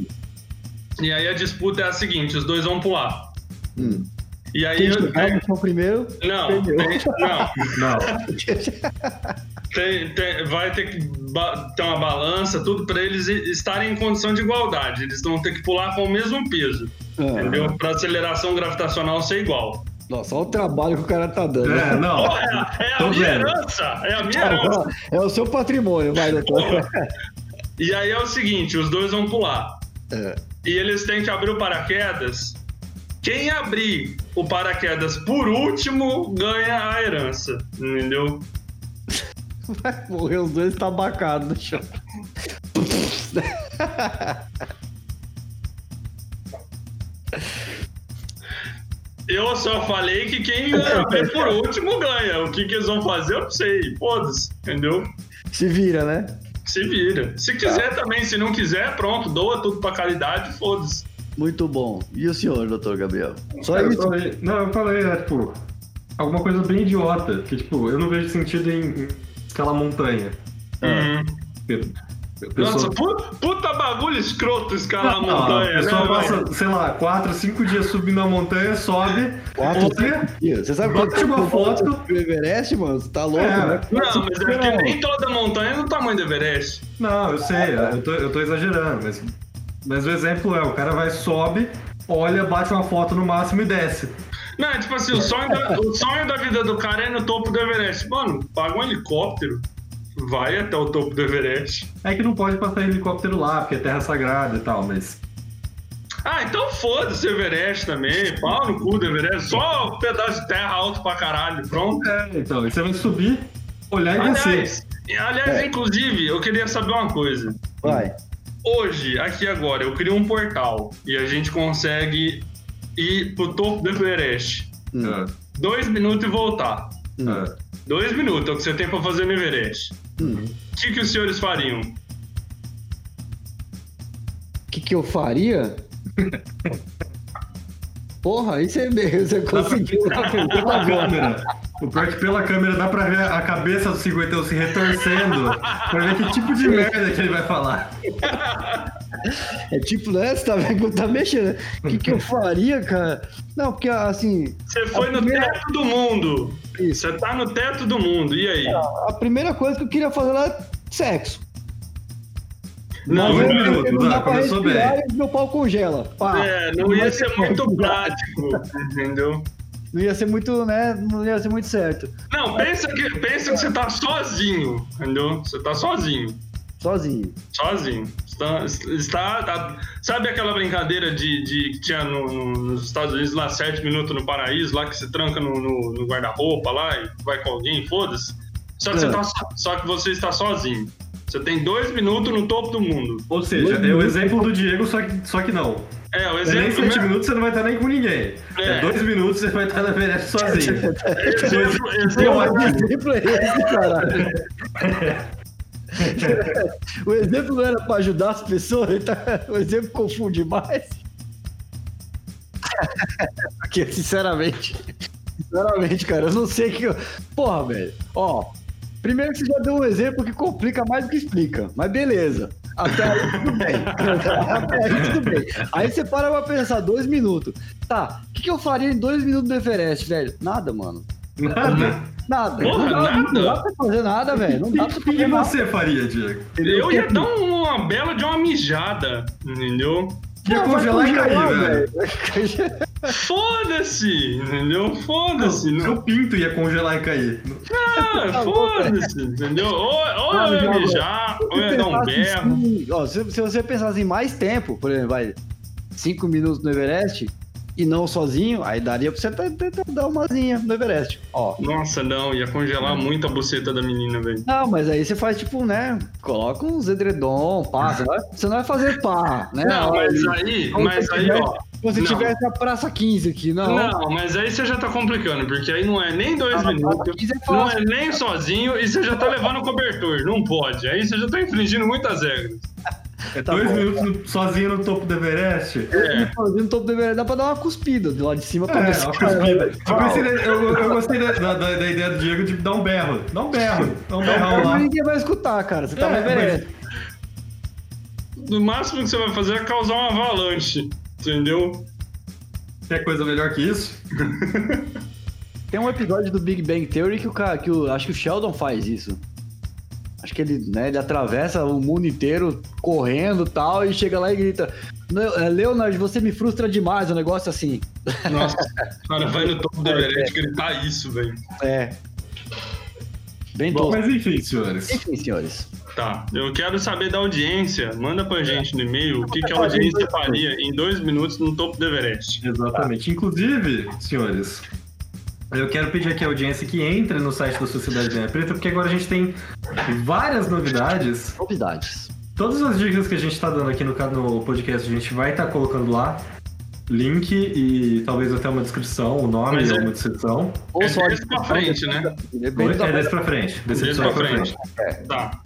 S3: E aí a disputa é a seguinte: os dois vão pular.
S1: Hum.
S3: E aí
S1: Tem que
S3: eu. Ah,
S1: chegar no chão primeiro. Ah,
S3: Não, tem- não.
S2: Não.
S3: Tem- tem- vai ter que ba- ter uma balança, tudo para eles e- estarem em condição de igualdade. Eles vão ter que pular com o mesmo peso,
S2: É.
S1: Ah,
S3: entendeu? Para aceleração gravitacional ser igual.
S1: nossa, olha o trabalho que o cara tá dando.
S2: É, não.
S3: É, é a
S2: Tô
S3: minha
S2: vendo. Tá
S3: herança! É a minha herança!
S1: Agora, é o seu patrimônio, vai, né? doutor.
S3: E aí é o seguinte, os dois vão pular.
S1: É.
S3: E eles têm que abrir o paraquedas. Quem abrir o paraquedas por último ganha a herança, entendeu?
S1: Morreu os dois tabacados no chão.
S3: Eu só falei que quem abrir por último ganha. O que, que eles vão fazer, eu não sei. Foda-se, entendeu?
S1: Se vira, né?
S3: Se vira. Se
S2: Tá.
S3: quiser também, se não quiser, pronto, doa tudo pra caridade, foda-se.
S1: Muito bom. E o senhor, doutor Gabriel? Só
S2: Eu
S1: isso?
S2: falei- não, eu falei, é, tipo, alguma coisa bem idiota, que, tipo, eu não vejo sentido em em escalar montanha.
S3: Uhum.
S2: A É. pessoa-
S3: Nossa, pu- puta bagulho escroto escalar a
S2: Ah,
S3: montanha,
S2: a pessoa
S3: né,
S2: passa,
S3: velho?
S2: sei lá, 4, 5 dias subindo a montanha, sobe,
S1: Quatro,
S2: volta,
S1: Ih, Você sabe
S2: Bota
S1: quanto tempo
S2: uma foto.
S1: você subiu o Everest, mano? Você tá louco,
S2: É.
S1: né?
S3: Não, mas é porque nem toda montanha é do tamanho do Everest.
S2: Não, eu sei, eu tô, eu tô exagerando, mas, mas o exemplo é, o cara vai, sobe, olha, bate uma foto no máximo e desce.
S3: Não, é tipo assim, o sonho, da, o sonho da vida do cara é no topo do Everest. Mano, paga um helicóptero, vai até o topo do Everest.
S2: É que não pode passar helicóptero lá, porque é terra sagrada e tal, mas.
S3: Ah, então foda-se o Everest também, pau no cu do Everest, só um pedaço de terra alto pra caralho, pronto.
S2: É, então, e você vai subir, olhar e descer.
S3: Aliás,
S2: É.
S3: aliás inclusive, eu queria saber uma coisa.
S1: Vai.
S3: Hoje, aqui agora, eu crio um portal e a gente consegue ir pro topo do Everest.
S1: Hum,
S3: Dois minutos e voltar.
S1: hum,
S2: É,
S3: Dois minutos é o que você tem pra fazer no Everest.
S1: hum.
S3: O que, que os senhores fariam?
S1: O que, que eu faria? Porra, aí você, você conseguiu né? na pergunta
S2: Pela
S1: agora.
S2: câmera. O pior é que pela câmera dá pra ver a cabeça do 51 se retorcendo pra ver que tipo de merda que ele vai falar.
S1: É tipo, né? Você tá vendo que eu tá mexendo. né? O que, que eu faria, cara? Não, porque assim,
S3: Você foi
S1: A
S3: no
S1: primeira-
S3: teto do mundo.
S1: isso. Ah,
S3: Você tá no teto do mundo. E aí?
S1: A primeira coisa que eu queria fazer era sexo.
S3: Não,
S2: Dois
S3: não,
S2: minutos,
S1: Não dá
S2: né?
S1: pra
S2: começou bem.
S1: respirar e meu pau congela. Pá.
S3: é, não ia
S1: vai
S3: ser muito prático, entendeu?
S1: Não ia ser muito, né? Não ia ser muito certo.
S3: Não, pensa que, pensa que você tá sozinho, entendeu? Você tá sozinho.
S1: Sozinho.
S3: Sozinho. Está, está, tá- sabe aquela brincadeira de, de que tinha no- no- nos Estados Unidos lá, sete minutos no paraíso, lá que se tranca no, no- no guarda-roupa lá e vai com alguém, foda-se? Só, que você
S1: É.
S3: tá so- só que você está sozinho. Você tem dois minutos no topo do mundo.
S2: Ou seja,
S1: Dois
S2: é o
S1: minutos.
S2: exemplo do Diego, só que, só que não.
S3: É, o
S2: É nem
S3: exemplo,
S2: 7
S3: meu-
S2: minutos você não vai estar nem com ninguém.
S3: É.
S2: É 2 minutos você vai estar na Everest sozinho.
S3: exemplo,
S1: Não,
S3: exemplo,
S1: mas o exemplo é esse, caralho. o exemplo não era pra ajudar as pessoas, ele tá- o exemplo confunde mais. Porque, sinceramente, sinceramente, cara, eu não sei que. eu- Porra, velho, ó. Primeiro que você já deu um exemplo que complica mais do que explica, mas beleza. Até aí tudo bem. Até aí tudo bem. Aí você para pra pensar, dois minutos. Tá, o que, que eu faria em dois minutos do Everest, velho? Nada, mano.
S2: Nada.
S1: Nada.
S3: Porra,
S1: não, dá,
S3: nada.
S1: não dá pra fazer nada, velho. Tá Não dá pra
S2: O que
S1: fazer
S2: que
S1: nada.
S2: você faria, Diego?
S1: entendeu?
S3: eu ia dar um uma bela de uma mijada, entendeu?
S2: Ia
S1: Não, vai
S2: congelar e cair, velho.
S3: Foda-se, entendeu? Foda-se. não-
S2: Seu pinto ia congelar e cair.
S3: Ah, foda-se, entendeu? Ou, ou
S1: Não,
S3: eu ia
S1: não,
S3: mijar, ou
S1: Se
S3: eu ia dar um
S1: pensasse
S3: berro.
S1: em- ó, se, se você pensasse em mais tempo, por exemplo, vai cinco minutos no Everest e não sozinho, aí daria pra você até- até- até dar uma zinha no Everest. Ó.
S3: Nossa, não, ia congelar muito a buceta da menina, velho.
S1: Não, mas aí você faz tipo, né? Coloca uns edredom, pá. Você, não vai- você não vai fazer pá, né?
S3: Não, mas
S1: Olha,
S3: aí,
S1: Como
S3: mas
S1: se
S3: aí,
S1: tivesse-
S3: ó.
S1: se você
S3: não.
S1: tivesse a Praça 15 aqui, não.
S3: Não, mas aí você já tá complicando, porque aí não é nem dois
S1: Ah,
S3: minutos,
S1: mas isso é
S3: não
S1: fácil.
S3: é nem sozinho, e você já tá levando o cobertor. Não pode. Aí você já tá infringindo muitas regras.
S2: É
S1: Tá
S2: 2
S1: bom.
S2: minutos no- sozinho no topo do Everest.
S3: É.
S1: Sozinho no topo do Everest dá pra dar uma cuspida de lá de cima pra
S2: É,
S1: ver
S2: uma
S1: se-
S2: cuspida. Eu gostei, da, eu- eu gostei da, da- da- da ideia do Diego de dar um berro. Dá um berro. Dá um berrão
S1: Mas
S2: lá.
S1: ninguém vai escutar, cara. Você tá
S2: É,
S1: no Everest.
S3: No máximo que você vai fazer é causar uma avalanche, entendeu?
S2: Quer coisa melhor que isso?
S1: Tem um episódio do Big Bang Theory que o cara, que o, acho que o Sheldon faz isso. Acho que ele, né, ele atravessa o mundo inteiro correndo e tal, e chega lá e grita: "Não, é, Leonard, você me frustra demais, um negócio assim.
S3: Nossa, cara, vai no topo do Everest gritar isso, velho.
S1: É. Bem
S2: Bom,
S1: tosco.
S2: mas enfim, senhores.
S1: Enfim, senhores.
S3: Tá, eu quero saber da audiência. Manda pra gente no e-mail o que, que a audiência faria em dois minutos no topo do Everest.
S2: Exatamente. Inclusive, senhores, eu quero pedir aqui à audiência que entre no site da Sociedade Linha Preta, porque agora a gente tem várias novidades.
S1: Novidades.
S2: Todas as dicas que a gente está dando aqui no, ca- no podcast, a gente vai estar colocando lá. Link e talvez até uma descrição, o nome
S3: Mas
S2: e
S3: é-
S2: uma descrição.
S1: Ou
S3: É
S1: só
S3: desse pra frente, né?
S1: Depende
S2: É
S1: da...
S2: desse pra frente. Desse
S3: Desse
S2: episódio
S3: pra frente. Tá.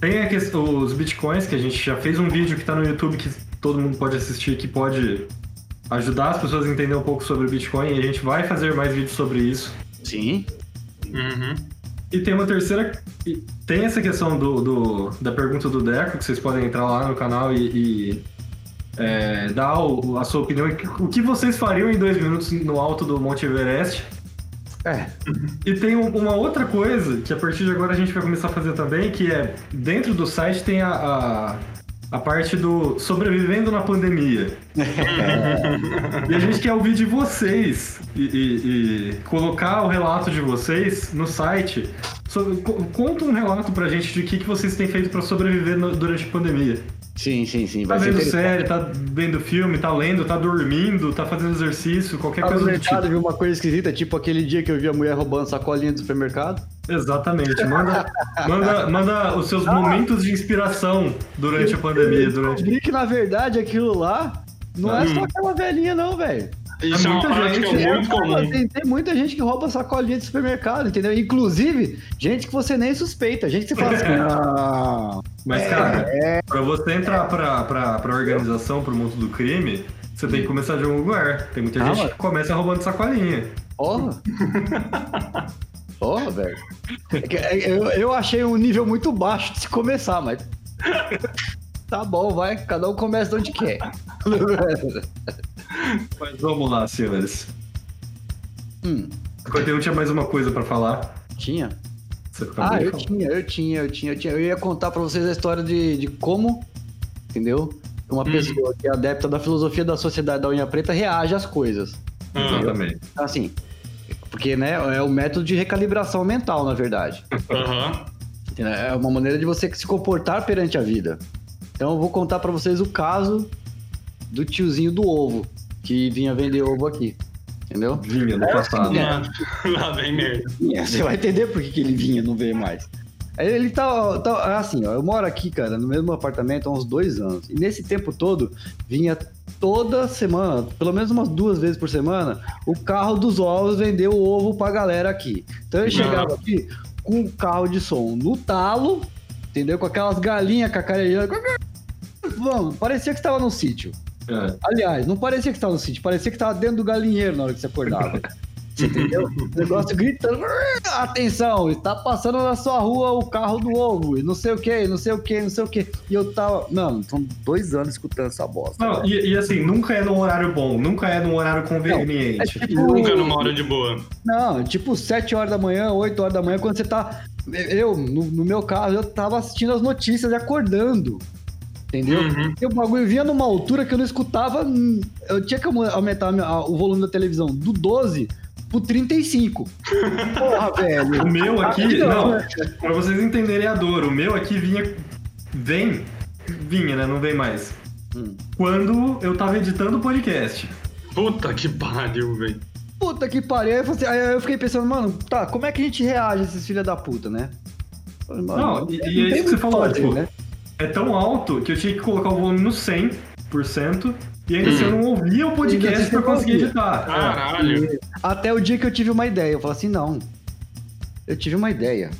S2: Tem a questão, os bitcoins, que a gente já fez um vídeo que tá no YouTube que todo mundo pode assistir, que pode ajudar as pessoas a entender um pouco sobre o Bitcoin, e a gente vai fazer mais vídeos sobre isso.
S1: Sim.
S3: Uhum.
S2: E tem uma terceira. e Tem essa questão do, do- da pergunta do Deco, que vocês podem entrar lá no canal e, e, é, dar o- a sua opinião. O que vocês fariam em dois minutos no alto do Monte Everest?
S1: É.
S2: E tem um- uma outra coisa que a partir de agora a gente vai começar a fazer também, que é dentro do site tem a, a, a parte do sobrevivendo na pandemia. e a gente quer ouvir de vocês e, e- e colocar o relato de vocês no site. Sobre- co- conta um relato pra gente de o que, que vocês têm feito pra sobreviver no- durante a pandemia.
S1: Sim, sim, sim.
S2: Tá
S1: Vai ser
S2: vendo
S1: interessante.
S2: série, tá vendo filme, tá lendo, tá dormindo, tá fazendo exercício, qualquer
S1: Tava
S2: coisa
S1: Tá no
S2: do tipo.
S1: mercado, viu uma coisa esquisita, tipo aquele dia que eu vi a mulher roubando sacolinha do supermercado.
S2: Exatamente. Manda, manda, manda os seus momentos de inspiração durante a
S3: É
S2: pandemia.
S3: né?
S2: Durante...
S1: Descobri que, na verdade, aquilo lá não é só aquela velhinha, não, velho.
S3: Isso
S2: É
S3: Hum. é, uma
S2: muita
S3: prática
S2: gente,
S1: É,
S3: muito
S1: cara,
S3: comum.
S1: tem, tem muita gente que rouba sacolinha de supermercado, entendeu? Inclusive, gente que você nem suspeita, gente que você fala assim, não.
S2: Mas, cara, pra você entrar pra, pra, pra organização, pro mundo do crime, você tem que começar de algum lugar. Tem muita
S1: Ah,
S2: gente
S1: mano.
S2: que começa roubando sacolinha.
S1: Porra! Porra, velho. É que- é- Eu, eu achei um nível muito baixo de se começar, mas. Tá bom, vai. Cada um começa de onde quer.
S2: Mas vamos lá, senhores.
S1: Hum,
S2: 51 tinha mais uma coisa pra falar.
S1: tinha?
S2: Você acabou
S1: Ah,
S2: de
S1: eu
S2: falar.
S1: tinha, eu tinha, eu tinha, eu tinha. Eu ia contar pra vocês a história de, de como, entendeu? Uma pessoa que é adepta da filosofia da sociedade da unha preta reage às coisas.
S3: Ah,
S2: Exatamente.
S1: Então, Assim, porque, né, é o método de recalibração mental, na verdade.
S3: Aham.
S1: Entendeu? É uma maneira de você se comportar perante a vida. Então eu vou contar pra vocês o caso do tiozinho do ovo, que vinha vender ovo aqui. Entendeu?
S2: Vinha no passado.
S3: Lá- Lá vem merda.
S1: Você vai entender por que, que ele vinha, não veio mais. Aí Ele tá, tá- assim, ó, eu moro aqui, cara, no mesmo apartamento há uns dois anos. E nesse tempo todo, vinha toda semana, pelo menos umas duas vezes por semana, o carro dos ovos vender o ovo pra galera aqui. Então eu chegava aqui com o carro de som no talo, entendeu? Com aquelas galinhas cacarejando. Vamos, parecia que estava num sítio.
S2: É.
S1: Aliás, não parecia que estava no sítio, parecia que estava dentro do galinheiro na hora que você acordava. Você entendeu? O negócio gritando, "Ah, atenção, está passando na sua rua o carro do ovo, e não sei o que, não sei o que, não sei o que. E eu tava, mano, são dois anos escutando essa bosta. né?
S2: Não,
S1: velho.
S2: e, e assim, nunca é num horário bom, nunca é num horário
S1: é
S2: conveniente.
S1: tipo,
S3: Nunca numa hora de boa.
S1: não, é tipo 7 horas da manhã, 8 horas da manhã, quando você tá. Eu, no, no meu caso, eu tava assistindo as notícias e acordando. Entendeu?
S3: Uhum.
S1: E o um bagulho vinha numa altura que eu não escutava. hum, Eu tinha que aumu- aumentar a minha- a- o volume da televisão do 12 pro 35. Porra, velho.
S2: O meu aqui,
S1: Aqui Ah, não,
S2: não, pra vocês entenderem a dor, o meu aqui vinha. Vem. Vinha, né? Não vem mais.
S1: Hum.
S2: Quando eu tava editando o podcast.
S3: Puta que pariu, velho.
S1: Puta que pariu. Aí eu, falei assim- aí eu fiquei pensando, mano, tá, como é que a gente reage a esses filha da puta, né? Falei, mano,
S2: Não, e- e é
S1: tem
S2: isso que
S1: muito
S2: você falou,
S1: o que
S2: tipo,
S1: né?
S2: É tão alto que eu tinha que colocar o volume no 100%. E ainda assim eu não ouvia o
S1: Ainda
S2: podcast
S1: assim
S2: pra
S1: você
S2: conseguir
S1: ouvia.
S2: editar. É.
S3: Caralho.
S1: Até o dia que eu tive uma ideia. Eu falei assim, não. Eu tive uma ideia.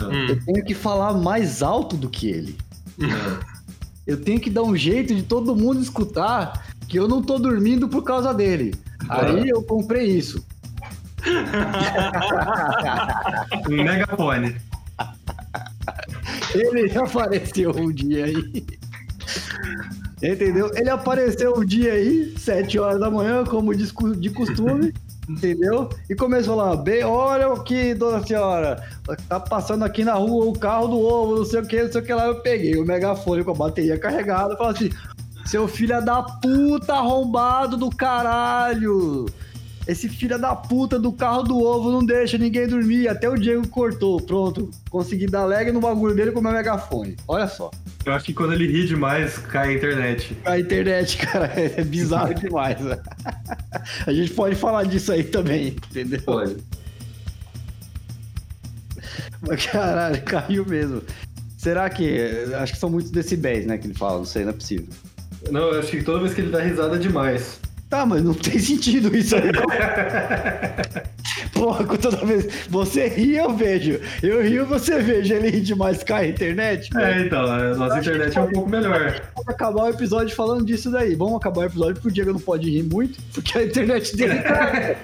S3: Hum.
S1: Eu tenho que falar mais alto do que ele.
S2: É.
S1: Eu tenho que dar um jeito de todo mundo escutar que eu não tô dormindo por causa dele. Aí eu comprei isso.
S2: Um megafone.
S1: Ele apareceu um dia aí. Entendeu? Ele apareceu um dia aí, 7 horas da manhã, como de cos- de costume, entendeu? E começou lá, bem, olha aqui, dona senhora, tá passando aqui na rua o carro do ovo, não sei o que, não sei o que lá. Eu peguei o megafone com a bateria carregada e falei assim, seu filho da puta arrombado do caralho! Esse filho da puta do carro do ovo não deixa ninguém dormir. Até o Diego cortou. Pronto. Consegui dar lag no bagulho dele com o meu megafone. Olha só.
S2: Eu acho que quando ele ri demais, cai a internet.
S1: A internet, cara, é bizarro demais. né? A gente pode falar disso aí também, entendeu?
S2: Pode.
S1: Mas, caralho, caiu mesmo. Será que. Acho que são muitos decibéis, né? Que ele fala, não sei, não é possível.
S2: Não, eu acho que toda vez que ele dá risada é demais.
S1: Tá, mas não tem sentido isso aí. Porra, com toda vez. Você ri, eu vejo. Eu rio, você vejo. Ele ri demais, cai a internet. né? velho.
S2: É, então, a nossa internet é um pouco melhor.
S1: Vamos acabar o episódio falando disso daí. Vamos acabar o episódio porque o Diego não pode rir muito, porque a internet dele tá- cai.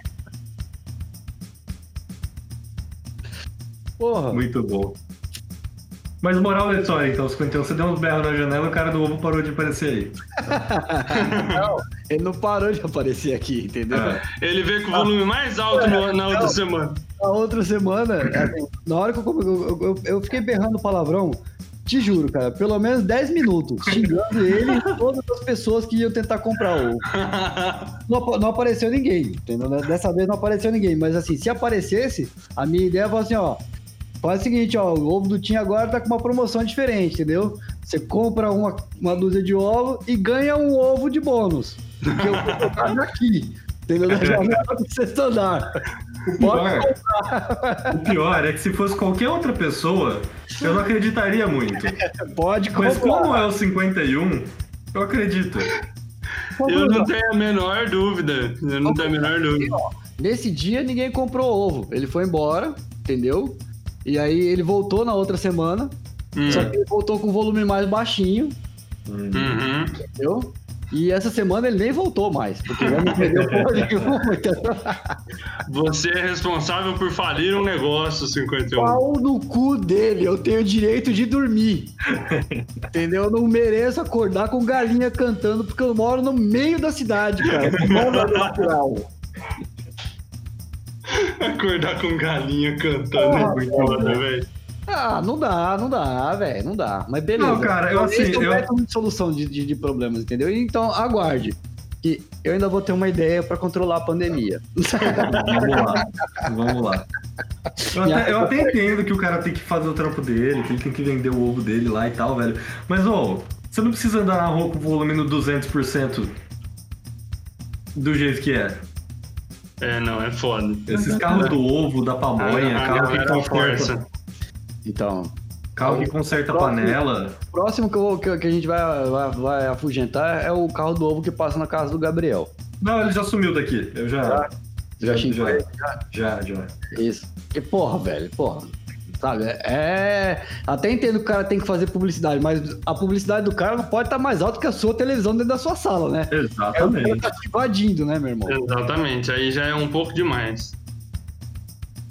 S1: Porra.
S2: Muito bom. Mas moral da história, então, 51, você deu uns berros na janela o cara do ovo parou de aparecer aí.
S1: Ele não parou de aparecer aqui, entendeu?
S2: É.
S3: Ele veio com o volume mais alto no- na outra semana.
S1: Na outra semana, assim, na hora que eu, come- eu, eu, eu fiquei berrando palavrão, te juro, cara, pelo menos 10 minutos, xingando ele e todas as pessoas que iam tentar comprar o. Não, apa- não apareceu ninguém, entendeu? Né? Dessa vez não apareceu ninguém, mas assim, se aparecesse, a minha ideia foi assim, ó. Faz o seguinte, ó, o ovo do Tim agora tá com uma promoção diferente, entendeu? Você compra uma, uma dúzia de ovo e ganha um ovo de bônus. Porque eu vou colocar aqui, entendeu? Na
S3: É.
S1: janela do sexto andar.
S2: O pior, o pior é que se fosse qualquer outra pessoa, eu não acreditaria muito.
S1: Pode
S2: Mas
S1: comprar.
S2: como é o 51, eu acredito.
S3: Eu não tenho a menor dúvida. Eu não tenho a menor dúvida.
S1: Nesse dia ninguém comprou ovo. Ele foi embora, entendeu? E aí ele voltou na outra semana,
S3: Hum.
S1: só que ele voltou com o volume mais baixinho,
S3: Uhum.
S1: entendeu? E essa semana ele nem voltou mais, porque ele não perdeu porra nenhuma. então tá entendeu?
S3: Você é responsável por falir um negócio, 51.
S1: Pau no cu dele, eu tenho direito de dormir. Entendeu? Eu não mereço acordar com galinha cantando, porque eu moro no meio da cidade, cara. Não é natural.
S3: Acordar com galinha cantando é muito foda, velho.
S1: Ah, não dá, não dá, velho, não dá. Mas beleza.
S2: Não, cara, eu, assim,
S1: Esse é um
S2: eu-
S1: método de solução de, de, de problemas, entendeu? Então, aguarde. Que eu ainda vou ter uma ideia pra controlar a pandemia.
S2: Vamos lá, vamos lá. Eu até, eu até entendo que o cara tem que fazer o trampo dele, que ele tem que vender o ovo dele lá e tal, velho. Mas, ô, você não precisa andar na rua com o volume no 200% do jeito que é.
S3: É, não, é foda.
S2: Esses carros do ovo, da pamonha,
S3: a
S2: carro, que tá
S3: galera
S2: conserta,
S3: força.
S1: Então,
S2: carro que conserta
S1: Próximo.
S2: panela.
S1: o próximo que, eu vou- que, que a gente vai, vai, vai afugentar é o carro do ovo que passa na casa do Gabriel.
S2: Não, ele já sumiu daqui. Eu já.
S1: Já xingou
S2: já,
S1: ele?
S2: já, já.
S1: Isso. Porque, porra, velho, porra. Sabe, é. Até entendo que o cara tem que fazer publicidade, mas a publicidade do cara não pode estar mais alta que a sua televisão dentro da sua sala, né? É o cara
S2: Exatamente.
S1: tá te invadindo, né, meu irmão?
S2: É.
S3: Exatamente, aí já é um pouco demais.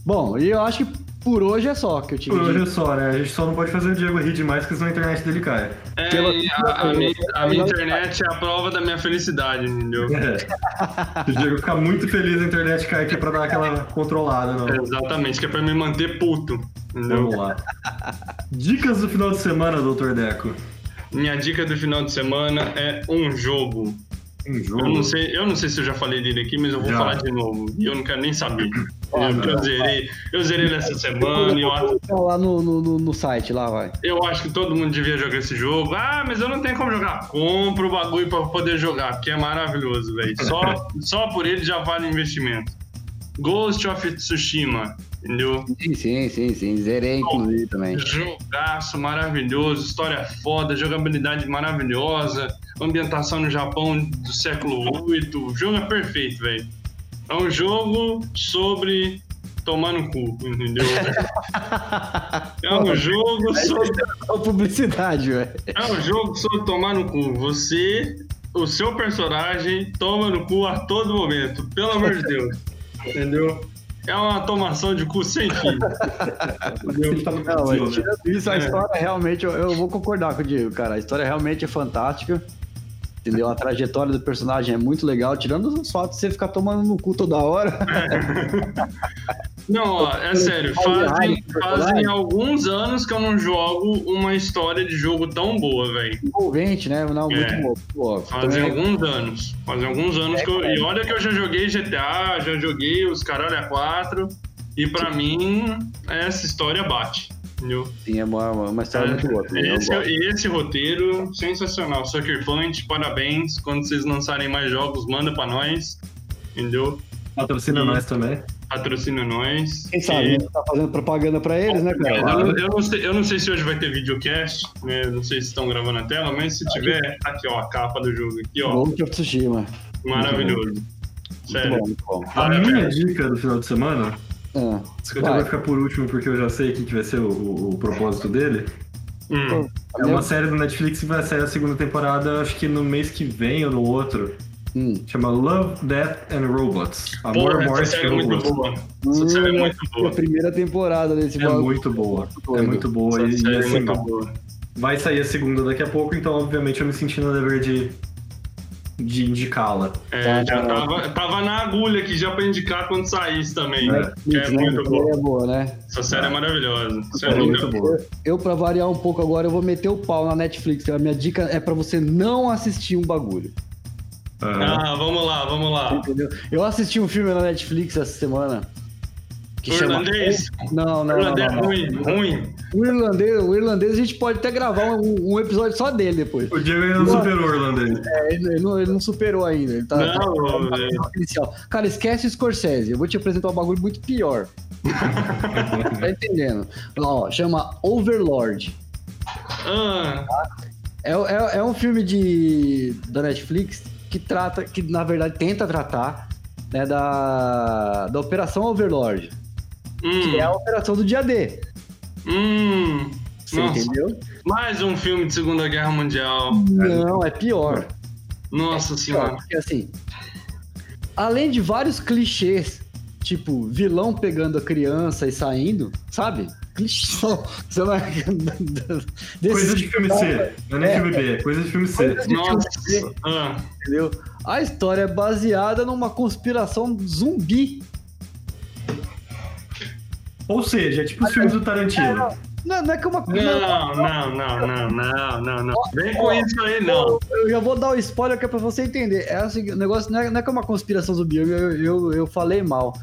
S1: Bom, e eu acho que por hoje é só que eu tive.
S2: Por hoje
S1: de-
S2: é só, né? A gente só não pode fazer o Diego rir demais, porque senão a internet dele cai.
S3: É,
S1: Pela-
S3: e a, a minha, a minha internet é a prova da minha felicidade, entendeu?
S2: É. Se o Diego ficar muito feliz, a internet cai aqui pra dar aquela controlada, não.
S3: Exatamente, que é pra me manter puto, entendeu?
S2: Vamos lá. Dicas do final de semana, Dr. Deco.
S3: Minha dica do final de semana é um jogo.
S2: Um jogo.
S3: Eu não sei, eu não sei se eu já falei dele aqui, mas eu vou
S2: Já.
S3: falar de novo. E eu não quero nem saber. Eu, porque eu zerei, eu zerei ele essa semana e eu, acho-
S1: Tá lá no, no, no- no site, lá vai.
S3: eu acho que todo mundo devia jogar esse jogo. Ah, mas eu não tenho como jogar. Compra o bagulho pra poder jogar, porque é maravilhoso, velho. Só, só por ele já vale o investimento. Ghost of Tsushima, entendeu?
S1: Sim, sim, sim, sim. Zerei, inclusive, também.
S3: Jogaço maravilhoso, história foda, jogabilidade maravilhosa, ambientação no Japão do século VIII. O jogo é perfeito, velho. É um jogo sobre tomar no cu, entendeu? É um jogo sobre
S1: Só É publicidade, velho.
S3: é um jogo sobre tomar no cu. Você, o seu personagem, toma no cu a todo momento. Pelo amor de Deus. Entendeu? É uma tomação de cu sem fim.
S2: Ele tá no
S1: Não,
S2: Brasil,
S1: mas
S2: né?
S1: tirando Então, isso, a
S3: É.
S1: história realmente, eu, eu vou concordar com o Diego, cara. A história realmente é fantástica. Entendeu? A trajetória do personagem é muito legal, tirando os fatos de você ficar tomando no cu toda hora.
S3: Não, ó, é sério. Fazem, fazem alguns anos que eu não jogo uma história de jogo tão boa, velho.
S1: Envolvente, né? Não, muito
S3: É.
S1: bom. Então, Pô,
S3: Fazem
S1: também-
S3: alguns anos. Fazem alguns anos que eu. E olha que eu já joguei GTA, já joguei os Caralho A4. E pra mim, essa história bate. Entendeu?
S1: Sim, é uma, uma história muito boa. também, é um eu
S3: Esse, é
S1: gosto.
S3: esse roteiro, sensacional. Sucker Punch, parabéns. Quando vocês lançarem mais jogos, manda pra nós. Entendeu?
S2: Patrocina
S3: Sim.
S2: nós também.
S3: Patrocina nós.
S1: Quem sabe,
S3: E-
S1: a gente tá fazendo propaganda pra eles, né,
S3: É,
S1: cara?
S3: Eu, eu não sei, eu não sei se hoje vai ter videocast, né? Não sei se estão gravando a tela, mas se tiver, tá aqui, ó, a capa do jogo aqui, ó.
S1: Ghost of Tsushima.
S3: Maravilhoso.
S1: Muito
S3: Sério.
S1: bom, muito bom.
S2: A
S3: Parabéns.
S2: minha dica do final de semana,
S1: Ah,
S2: isso que eu vai
S1: Vai.
S2: ficar por último porque eu já sei o que que vai ser o- o- o propósito dele.
S3: Hum.
S1: a
S2: É
S1: minha-
S2: uma série do Netflix que vai sair a segunda temporada, acho que no mês que vem ou no outro.
S1: Hum.
S2: Chama Love, Death and Robots. Amor,
S3: Porra, essa
S2: Morte
S3: série
S2: e
S3: é muito
S2: Robots.
S3: boa. Essa série é muito
S1: Foi a
S3: boa.
S1: hum. primeira temporada desse
S2: É
S1: bagulho.
S2: muito boa. É
S1: Doido.
S2: muito boa. E,
S3: Essa
S2: e
S3: série é
S2: assim,
S3: muito boa.
S2: vai sair a segunda daqui a pouco, então obviamente eu me senti no dever de, de indicá-la.
S3: É, já
S1: Tá, tá.
S3: tava, tava na agulha aqui já pra indicar quando saísse também.
S2: É,
S3: É muito boa.
S1: É boa, né?
S3: Essa série é maravilhosa. Essa
S2: É
S3: é
S2: muito
S3: louca.
S2: boa.
S1: Eu, pra variar um pouco agora, eu vou meter o pau na Netflix. A minha dica é pra você não assistir um bagulho.
S2: Aham.
S3: Ah, vamos lá, vamos lá.
S1: Entendeu? Eu assisti um filme na Netflix essa semana. Que chama...
S3: Irlandês.
S1: Não, não, não,
S3: Irlandês
S1: não, não.
S3: ruim, ruim.
S1: O irlandês, o irlandês a gente pode até gravar um, um episódio só dele depois.
S2: O Diego é um ainda não
S1: Boa.
S2: superou o irlandês.
S1: É, ele, ele não, ele não superou ainda. Ele tá, tá-
S3: Não, velho.
S1: tá inicial. Cara, esquece o Scorsese. Eu vou te apresentar um bagulho muito pior. tá entendendo? Ó, chama Overlord.
S3: Ah,
S1: É, é- é um filme de, da Netflix que trata, que na verdade tenta tratar né, da, da Operação Overlord, que é a
S3: hum,
S1: operação do dia D.
S3: hum.
S1: Você
S3: Nossa.
S1: entendeu?
S3: Mais um filme de Segunda Guerra Mundial.
S1: Não, é pior.
S3: Nossa
S1: Pior,
S3: senhora.
S1: porque assim, além de vários clichês, tipo vilão pegando a criança e saindo, sabe? Clichê. Você vai-
S2: Coisa
S1: Desses
S2: de filme C. Não é nem
S1: É.
S2: filme B, coisa de filme C.
S1: Coisa de
S3: Nossa.
S1: filme,
S3: Ah,
S1: entendeu? A história é baseada numa conspiração zumbi.
S2: Ou seja, é tipo os filmes do Tarantino.
S1: Não, não é que é uma
S3: não, não, não, não, não, não, não. Vem com isso aí, não.
S1: Eu já vou dar o spoiler que é pra você entender. É o seguinte, o negócio não é, não é que é uma conspiração zumbi, eu, eu, eu, eu falei mal.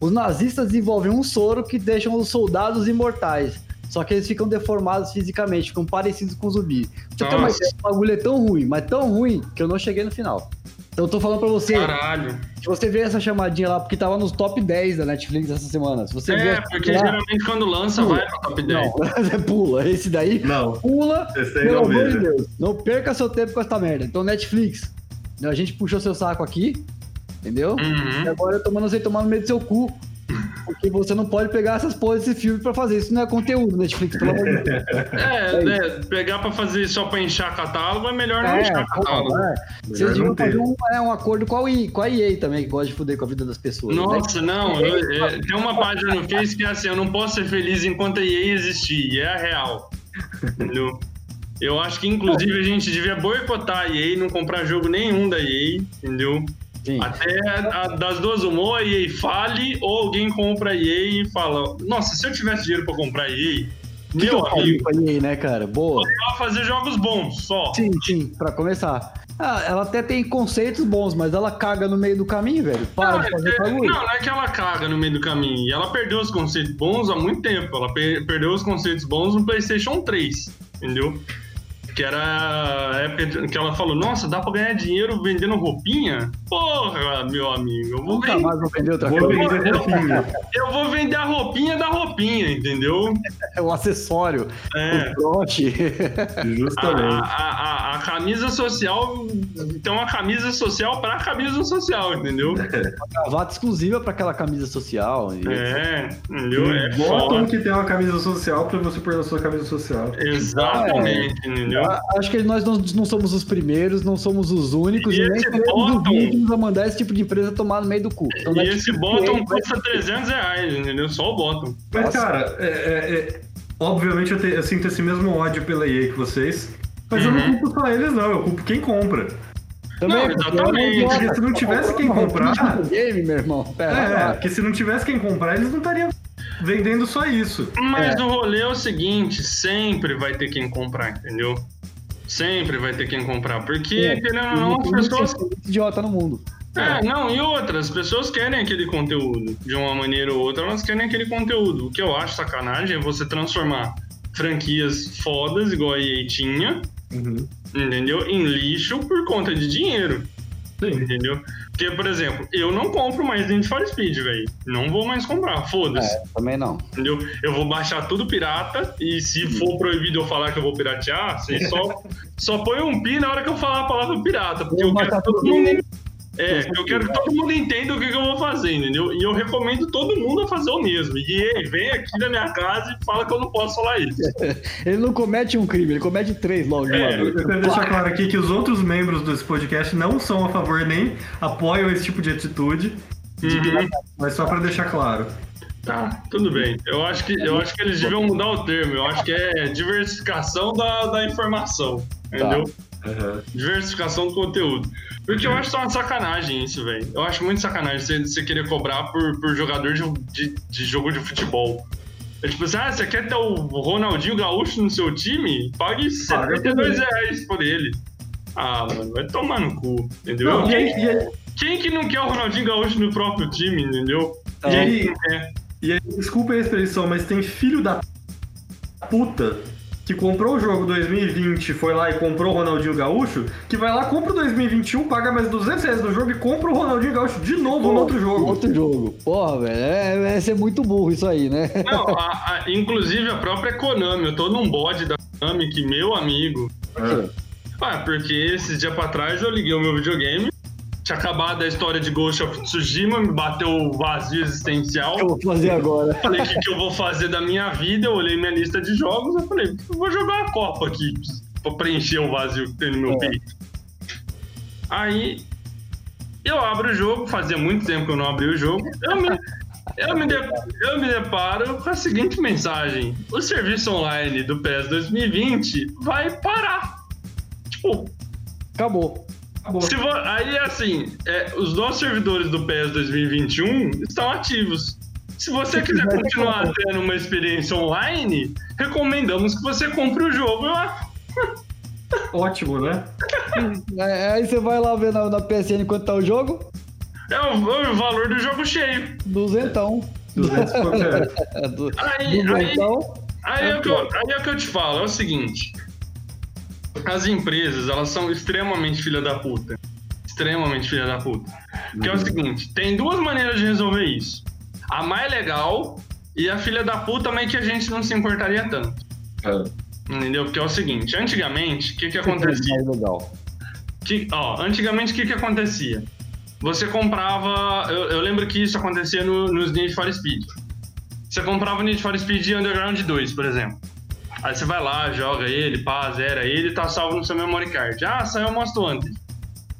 S1: Os nazistas desenvolvem um soro que deixam os soldados imortais. Só que eles ficam deformados fisicamente, ficam parecidos com zumbi. Pra Você tem uma
S3: Nossa.
S1: ideia, o bagulho é tão ruim, mas tão ruim que eu não cheguei no final. Então eu tô falando pra você,
S3: Caralho.
S1: se você vê essa chamadinha lá, porque tava nos top 10 da Netflix essa semana. Se você
S3: É,
S1: vê.
S3: porque
S1: lá,
S3: geralmente quando lança vai no top 10.
S1: Não, você pula. Esse daí
S2: Não,
S1: pula
S2: esse aí
S1: pelo
S2: não
S1: amor de
S2: vejo.
S1: Deus, não perca seu tempo com essa merda. Então, Netflix, a gente puxou seu saco aqui, entendeu? E
S3: Uhum.
S1: agora eu tô mandando você tomar no meio do seu cu. Porque você não pode pegar essas porras desse filme pra fazer. Isso não é conteúdo, Netflix, pelo amor de Deus.
S3: É, né, pegar pra fazer só pra inchar catálogo é melhor não
S1: É,
S3: inchar
S1: pô,
S3: catálogo.
S1: vai. Vocês
S2: Melhor
S1: deviam
S2: não ter.
S1: fazer um, é, um acordo com a, EA, com a EA também, que gosta de fuder com a vida das pessoas. né?
S3: Nossa, não, eu- é, tem uma página no Face que é assim, eu não posso ser feliz enquanto a EA existir, e é a real. Entendeu? Eu acho que, inclusive, a gente devia boicotar a EA, não comprar jogo nenhum da EA, entendeu?
S1: Sim.
S3: Até a- das duas uma, ou a EA fale, ou alguém compra a EA e fala, nossa, se eu tivesse dinheiro pra comprar a EA,
S1: O que que eu
S3: meu
S1: faria
S3: amigo,
S1: com a EA, né, cara? Boa.
S3: eu ia fazer jogos bons só.
S1: Sim, sim, pra começar. Ah, ela até tem conceitos bons, mas ela caga no meio do caminho, velho. Para de fazer
S3: Não,
S1: bagulho.
S3: não Ah, é que ela caga no meio do caminho. E Ela perdeu os conceitos bons há muito tempo. Ela per- perdeu os conceitos bons no PlayStation 3, entendeu? Que era a época que ela falou: Nossa, dá pra ganhar dinheiro vendendo roupinha? Porra, meu amigo, eu vou,
S1: Nunca
S3: vender,
S1: mais vou vender outra
S2: Vou
S1: coisa.
S2: vender pouquinho.
S3: eu vou vender a roupinha da roupinha, entendeu?
S1: É o acessório. um
S3: É.
S1: O broche.
S3: A, a,
S2: Justamente.
S3: a- a camisa social tem uma camisa social pra camisa social, entendeu?
S1: Gravata exclusiva para aquela camisa social. e-
S3: É, entendeu? É
S2: Botam
S1: né?
S3: foda.
S2: que tem uma camisa social pra você pôr na sua camisa social.
S3: Exatamente, entendeu?
S1: Ah, Acho que nós não, não somos os primeiros, não somos os únicos,
S3: E
S1: e nem
S3: esse
S1: somos os
S3: bottom?
S1: últimos a mandar esse tipo de empresa tomar no meio do cu. Então,
S3: E
S1: Netflix
S3: esse bottom
S1: EA vai-
S3: custa 300 reais, entendeu? Só o bottom.
S2: Mas,
S1: Nossa.
S2: cara, é- é- é- obviamente eu, te- eu sinto esse mesmo ódio pela EA que vocês. Mas eu
S3: Uhum.
S2: não culpo só eles, não. Eu culpo quem compra.
S1: Também,
S3: Não, exatamente.
S2: Porque se não tivesse quem comprar.
S1: Game, meu irmão. Pera,
S2: É,
S1: lá.
S2: porque se não tivesse quem comprar, eles não estariam vendendo só isso.
S3: Mas o rolê é o seguinte, sempre vai ter quem comprar, entendeu? Sempre vai ter quem comprar, porque,
S1: É,
S3: querendo ou não, as pessoas...
S1: tipo idiota no mundo.
S3: É, não, e outras, as pessoas querem aquele conteúdo, de uma maneira ou outra, elas querem aquele conteúdo. O que eu acho sacanagem é você transformar franquias fodas, igual a EA tinha, entendeu? Em lixo por conta de dinheiro,
S2: Sim.
S3: entendeu? Porque, por exemplo, eu não compro mais Need for Speed, velho. Não vou mais comprar, foda-se.
S1: Também não.
S3: Entendeu? Eu vou baixar tudo pirata e se for proibido eu falar que eu vou piratear,
S1: É.
S3: vocês só, só põe um pi na hora que eu falar a palavra pirata, porque
S1: Eu
S3: eu
S1: vou
S3: quero que
S1: baixar
S3: todo
S1: tá tudo
S3: mundo.
S1: pi.
S3: É, eu quero que todo mundo entenda o que, que eu vou fazer, entendeu? E eu recomendo todo mundo a fazer o mesmo. E ei, vem aqui na minha casa e fala que eu não posso falar isso.
S1: É, Ele não comete um crime, ele comete três logo. de uma
S3: É.
S1: vez.
S2: Eu quero deixar claro aqui que os outros membros desse podcast não são a favor nem apoiam esse tipo de atitude,
S3: Uhum.
S2: mas só pra deixar claro.
S3: Tá, tudo bem. Eu acho que, eu acho que eles deviam mudar o termo. Eu acho que é diversificação da, da informação.
S1: Tá.
S3: Entendeu? Uhum. Diversificação do conteúdo. Porque eu acho só uma sacanagem isso, velho. Eu acho muito sacanagem você, você querer cobrar por, por jogador de, de, de jogo de futebol. É tipo assim, ah, você quer ter o Ronaldinho Gaúcho no seu time? Pague
S2: Paga
S3: 72 reais por ele. Ah, mano, vai tomar no cu, entendeu?
S2: Não, e,
S3: quem,
S2: aí, e aí-
S3: quem que não quer o Ronaldinho Gaúcho no próprio time, entendeu?
S1: Então,
S2: e aí-
S3: Quem quer?
S2: E aí, desculpa a expressão, mas tem filho da puta que comprou o jogo 2020, foi lá e comprou o Ronaldinho Gaúcho, que vai lá, compra o 2021, paga mais 200 reais no jogo e compra o Ronaldinho Gaúcho de novo no outro jogo.
S1: Então, Outro jogo. Porra, velho. É, é ser muito burro isso aí, né?
S3: Não, a- a- inclusive a própria Konami, eu tô num bode da Konami que, meu amigo. Ah, porque esses dias pra trás eu liguei o meu videogame, tinha acabado a história de Ghost of Tsushima, me bateu o vazio existencial.
S1: O que eu vou fazer agora?
S3: Falei, o que, que eu vou fazer da minha vida? Eu olhei minha lista de jogos, eu falei, eu vou jogar a Copa aqui pra preencher o vazio que tem no meu peito. Aí eu abro o jogo, fazia muito tempo que eu não abri o jogo, eu me, eu me, de- eu me deparo com a seguinte mensagem: o serviço online do PES 2020 vai parar. Tipo,
S1: Acabou.
S2: Acabou.
S3: se vo- Aí, assim, é, os nossos servidores do PES 2021 estão ativos. Se você quiser continuar tendo uma experiência online, recomendamos que você compre o jogo. É lá.
S2: Ótimo, né?
S1: É, Aí você vai lá ver na, na PSN quanto tá o jogo?
S3: É o, é o valor do jogo cheio.
S1: Duzentão.
S2: 200 e poucos reais.
S1: É, du-
S3: Aí, aí,
S1: Duzentão.
S3: aí é o que eu, aí é o que eu te falo, é o seguinte. As empresas, elas são extremamente filha da puta. Extremamente filha da puta. Que é o seguinte, tem duas maneiras de resolver isso. A mais legal e a filha da puta, mas que a gente não se importaria tanto. Entendeu? Porque é o seguinte, antigamente, o que que acontecia?
S1: Mais legal.
S3: Que, ó, antigamente, o que que acontecia? Você comprava... Eu, eu lembro que isso acontecia no, nos Need for Speed. Você comprava o Need for Speed Underground 2, por exemplo. Aí você vai lá, joga ele, pá, zera ele, tá salvo no seu memory card. Ah, saiu o Most Wanted.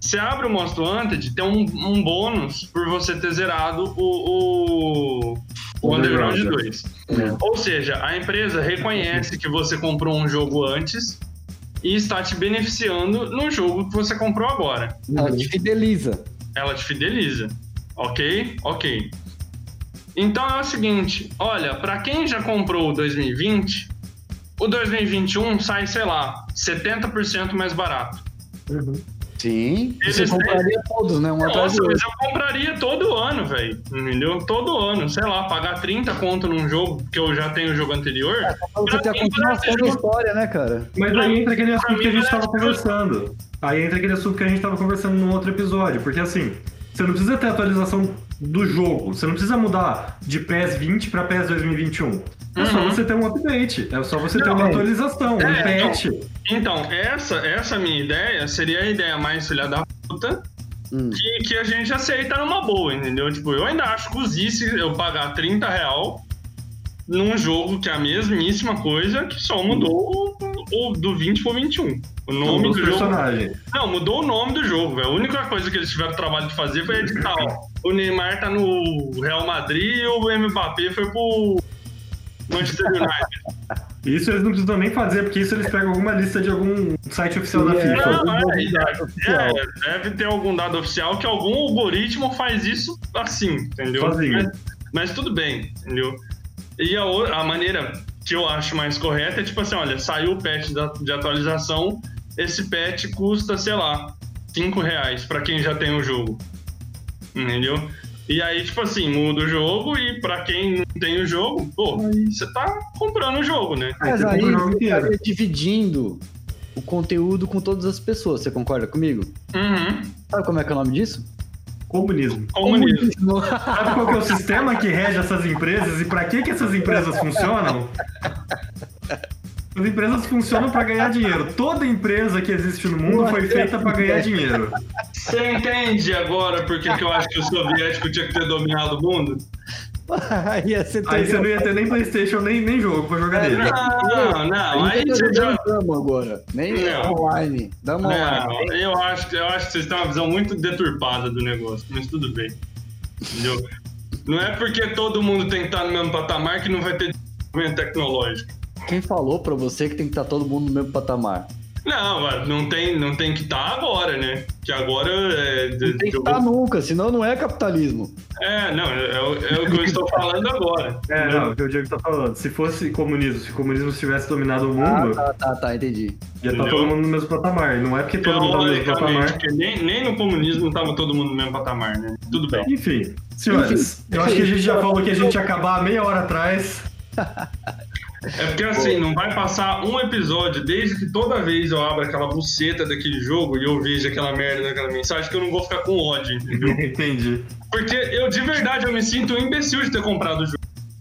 S3: Você abre o Most Wanted, tem um, um bônus por você ter zerado o, o, o Underground
S2: Underground,
S3: 2. Ou seja, a empresa reconhece que você comprou um jogo antes e está te beneficiando no jogo que você comprou agora.
S1: Ela te Ah, fideliza.
S3: Ela te fideliza. Ok? Ok. Então é o seguinte, olha, para quem já comprou o 2020, o 2021 sai, sei lá, 70% mais barato.
S1: Sim.
S3: Eles
S1: Você
S3: têm-
S1: compraria todos, né? Um atrás
S3: Nossa,
S1: do
S3: mas
S1: outro.
S3: eu compraria todo ano, velho. Entendeu? Todo ano, sei lá, pagar 30 conto num jogo que eu já tenho o jogo anterior.
S1: Pra Você tem a
S3: pra mim
S1: continuação
S3: parece
S1: da
S3: jogo-
S1: história, né, cara?
S2: Mas aí entra aquele assunto que a gente tava
S3: Pra mim, parece-
S2: conversando. Aí entra aquele assunto que a gente tava conversando num outro episódio. Porque assim, você não precisa ter atualização do jogo. Você não precisa mudar de PES 20 pra PES 2021. É só
S3: Uhum.
S2: você ter um update. É só você ter
S3: Não,
S2: uma
S1: é.
S2: atualização, um
S3: É,
S2: patch.
S3: Então, essa, essa minha ideia seria a ideia mais filha da puta
S1: Hum.
S3: que, que a gente aceita numa boa, entendeu? Tipo, eu ainda acho cozice eu pagar 30 real num jogo que é a mesmíssima coisa, que só mudou o, o do 20 pro 21. O nome
S2: Os
S3: do jogo
S2: um personagens.
S3: Não, mudou o nome do jogo, velho. A única coisa que eles tiveram trabalho de fazer foi editar, ó. O Neymar tá no Real Madrid e o Mbappé foi pro Manchester United.
S2: Isso eles não precisam nem fazer, porque isso eles pegam alguma lista de algum site oficial da
S1: Sim, é.
S2: FIFA.
S3: Não, é,
S1: dado oficial.
S3: é, deve ter algum dado oficial que algum algoritmo faz isso assim, entendeu?
S2: Sozinho.
S3: Mas, mas tudo bem, entendeu? E a, ou- a maneira que eu acho mais correta é tipo assim, olha, saiu o patch da- de atualização, esse patch custa, sei lá, 5 reais pra quem já tem o jogo. Entendeu? E aí, tipo assim, muda o jogo e pra quem não tem o jogo, pô, aí você tá comprando o jogo, né?
S2: Aí
S1: Mas
S2: você
S1: aí
S2: compra o jogo
S1: você
S2: inteiro.
S1: estaria dividindo o conteúdo com todas as pessoas, você concorda comigo?
S3: Uhum.
S1: Sabe como é que é o nome disso?
S2: Comunismo.
S3: Comunismo.
S1: Comunismo.
S2: Sabe qual que é o sistema que rege essas empresas e pra que, que essas empresas funcionam? As empresas funcionam pra ganhar dinheiro. Toda empresa que existe no mundo foi feita pra ganhar dinheiro.
S3: Você entende agora por que, que eu acho que o soviético tinha que ter dominado o mundo?
S1: Aí você tá
S2: Aí você não ia ter nem Playstation, nem, nem jogo pra jogar dele.
S3: É, Não, não, aí Ah, você já.
S1: dama tá agora. Nem é
S3: Não.
S1: online. Dama online.
S3: Não, eu acho, que- eu acho que vocês têm uma visão muito deturpada do negócio, mas tudo bem. Entendeu? Não é porque todo mundo tem que estar no mesmo patamar que não vai ter desenvolvimento tecnológico.
S1: Quem falou pra você que tem que estar todo mundo no mesmo patamar?
S3: Não, mas não tem, não tem que estar agora, né? Que agora é. de-
S1: Não tem que
S3: de-
S1: estar nunca, senão não é capitalismo.
S3: é, não, é, o- é o que eu estou falando agora.
S2: É, não, é o que o Diego tá falando. Se fosse comunismo, se o comunismo tivesse dominado
S3: Uhum.
S2: o mundo,
S1: tá, tá, tá, entendi.
S2: ia estar
S3: Entendeu?
S2: todo mundo no mesmo patamar. Não é porque todo mundo tá no mesmo
S3: Teoricamente,
S2: patamar.
S3: porque nem, nem no comunismo estava todo mundo no mesmo patamar, né? Tudo bem.
S2: Enfim, senhores, eu acho que a gente já falou que a gente ia acabar meia hora atrás.
S3: É porque assim, não vai passar um episódio desde que toda vez eu abro aquela buceta daquele jogo e eu vejo aquela merda daquela mensagem que eu não vou ficar com ódio, entendeu?
S2: Entendi.
S3: Porque eu de verdade eu me sinto um imbecil de ter comprado o jogo.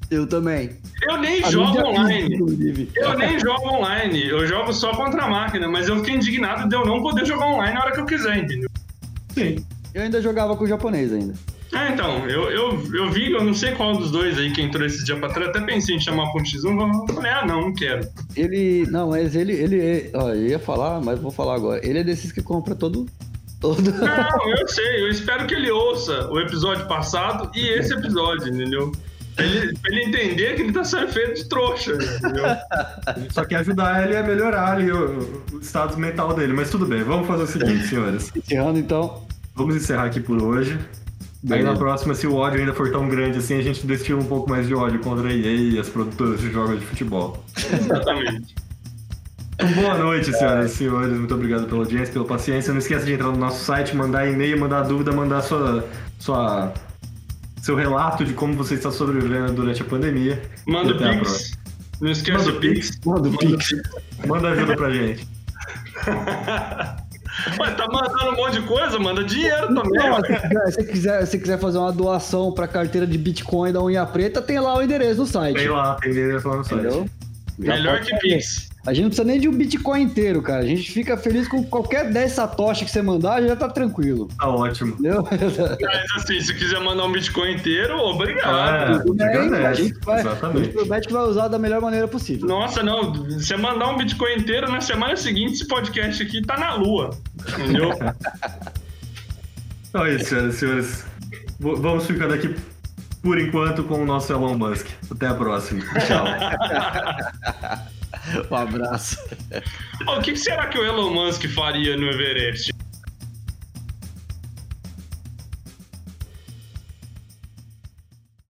S1: Eu também.
S3: Eu nem
S1: A
S3: jogo
S1: mídia física,
S3: online.
S1: inclusive.
S3: Eu nem jogo online, eu jogo só contra a máquina, mas eu fiquei indignado de eu não poder jogar online na hora que eu quiser, entendeu?
S2: Sim.
S1: Eu ainda jogava com o japonês ainda.
S3: Ah, então, eu, eu, eu vi, eu não sei qual dos dois aí que entrou esse dia pra trás, até pensei em chamar pro X1, eu falei, ah não, não quero.
S1: Ele. Não, mas ele. ele ó, eu ia falar, mas vou falar agora. Ele é desses que compra todo. todo...
S3: Não, eu sei. Eu espero que ele ouça o episódio passado e esse episódio, entendeu? Pra ele, pra ele entender que ele tá sendo feito de trouxa, entendeu?
S2: Só que ajudar ele a melhorar ali o, o estado mental dele. Mas tudo bem, vamos fazer o seguinte, senhores.
S1: Encerrando então.
S2: Vamos encerrar aqui por hoje. Aí na próxima, se o ódio ainda for tão grande assim, a gente destila um pouco mais de ódio contra a EA e as produtoras de jogos de futebol.
S3: Exatamente.
S2: Então, Boa noite, senhoras e senhores. Muito obrigado pela audiência, pela paciência. Não esqueça de entrar no nosso site, mandar e-mail, mandar dúvida, mandar sua, sua, seu relato de como você está sobrevivendo durante a pandemia.
S3: Manda
S2: E
S3: o
S2: até a
S3: Pix. Não esquece
S2: Manda
S3: o Pix.
S1: tá Manda o Pix.
S2: Manda ajuda pra gente.
S3: Ué, tá mandando um monte de coisa, manda dinheiro também.
S1: Não, assim,
S3: ué.
S1: se quiser- se quiser, se quiser fazer uma doação pra carteira de Bitcoin da Unha Preta, tem lá o endereço no site.
S2: Vem lá, tem endereço lá no site.
S1: Entendeu? Já
S3: Melhor
S1: pode
S3: que
S1: fazer.
S3: Pix.
S1: A gente não precisa nem de um Bitcoin inteiro, cara. A gente fica feliz com qualquer 10 satoshi que você mandar, já tá tranquilo.
S2: Tá ótimo.
S1: Entendeu?
S3: Mas assim, se quiser mandar um Bitcoin inteiro, obrigado.
S2: Ah,
S1: Tudo bem, a
S2: agradece.
S1: gente vai- a gente
S2: Exatamente.
S1: promete que vai usar da melhor maneira possível.
S3: Nossa, não, você mandar um Bitcoin inteiro, na semana seguinte esse podcast aqui tá na lua. Entendeu?
S2: Então é isso, senhoras e senhores. V- Vamos ficando aqui por enquanto com o nosso Elon Musk. Até a próxima. Tchau.
S1: Um abraço.
S3: Um Ô, O que que será que o Elon Musk faria no Everest?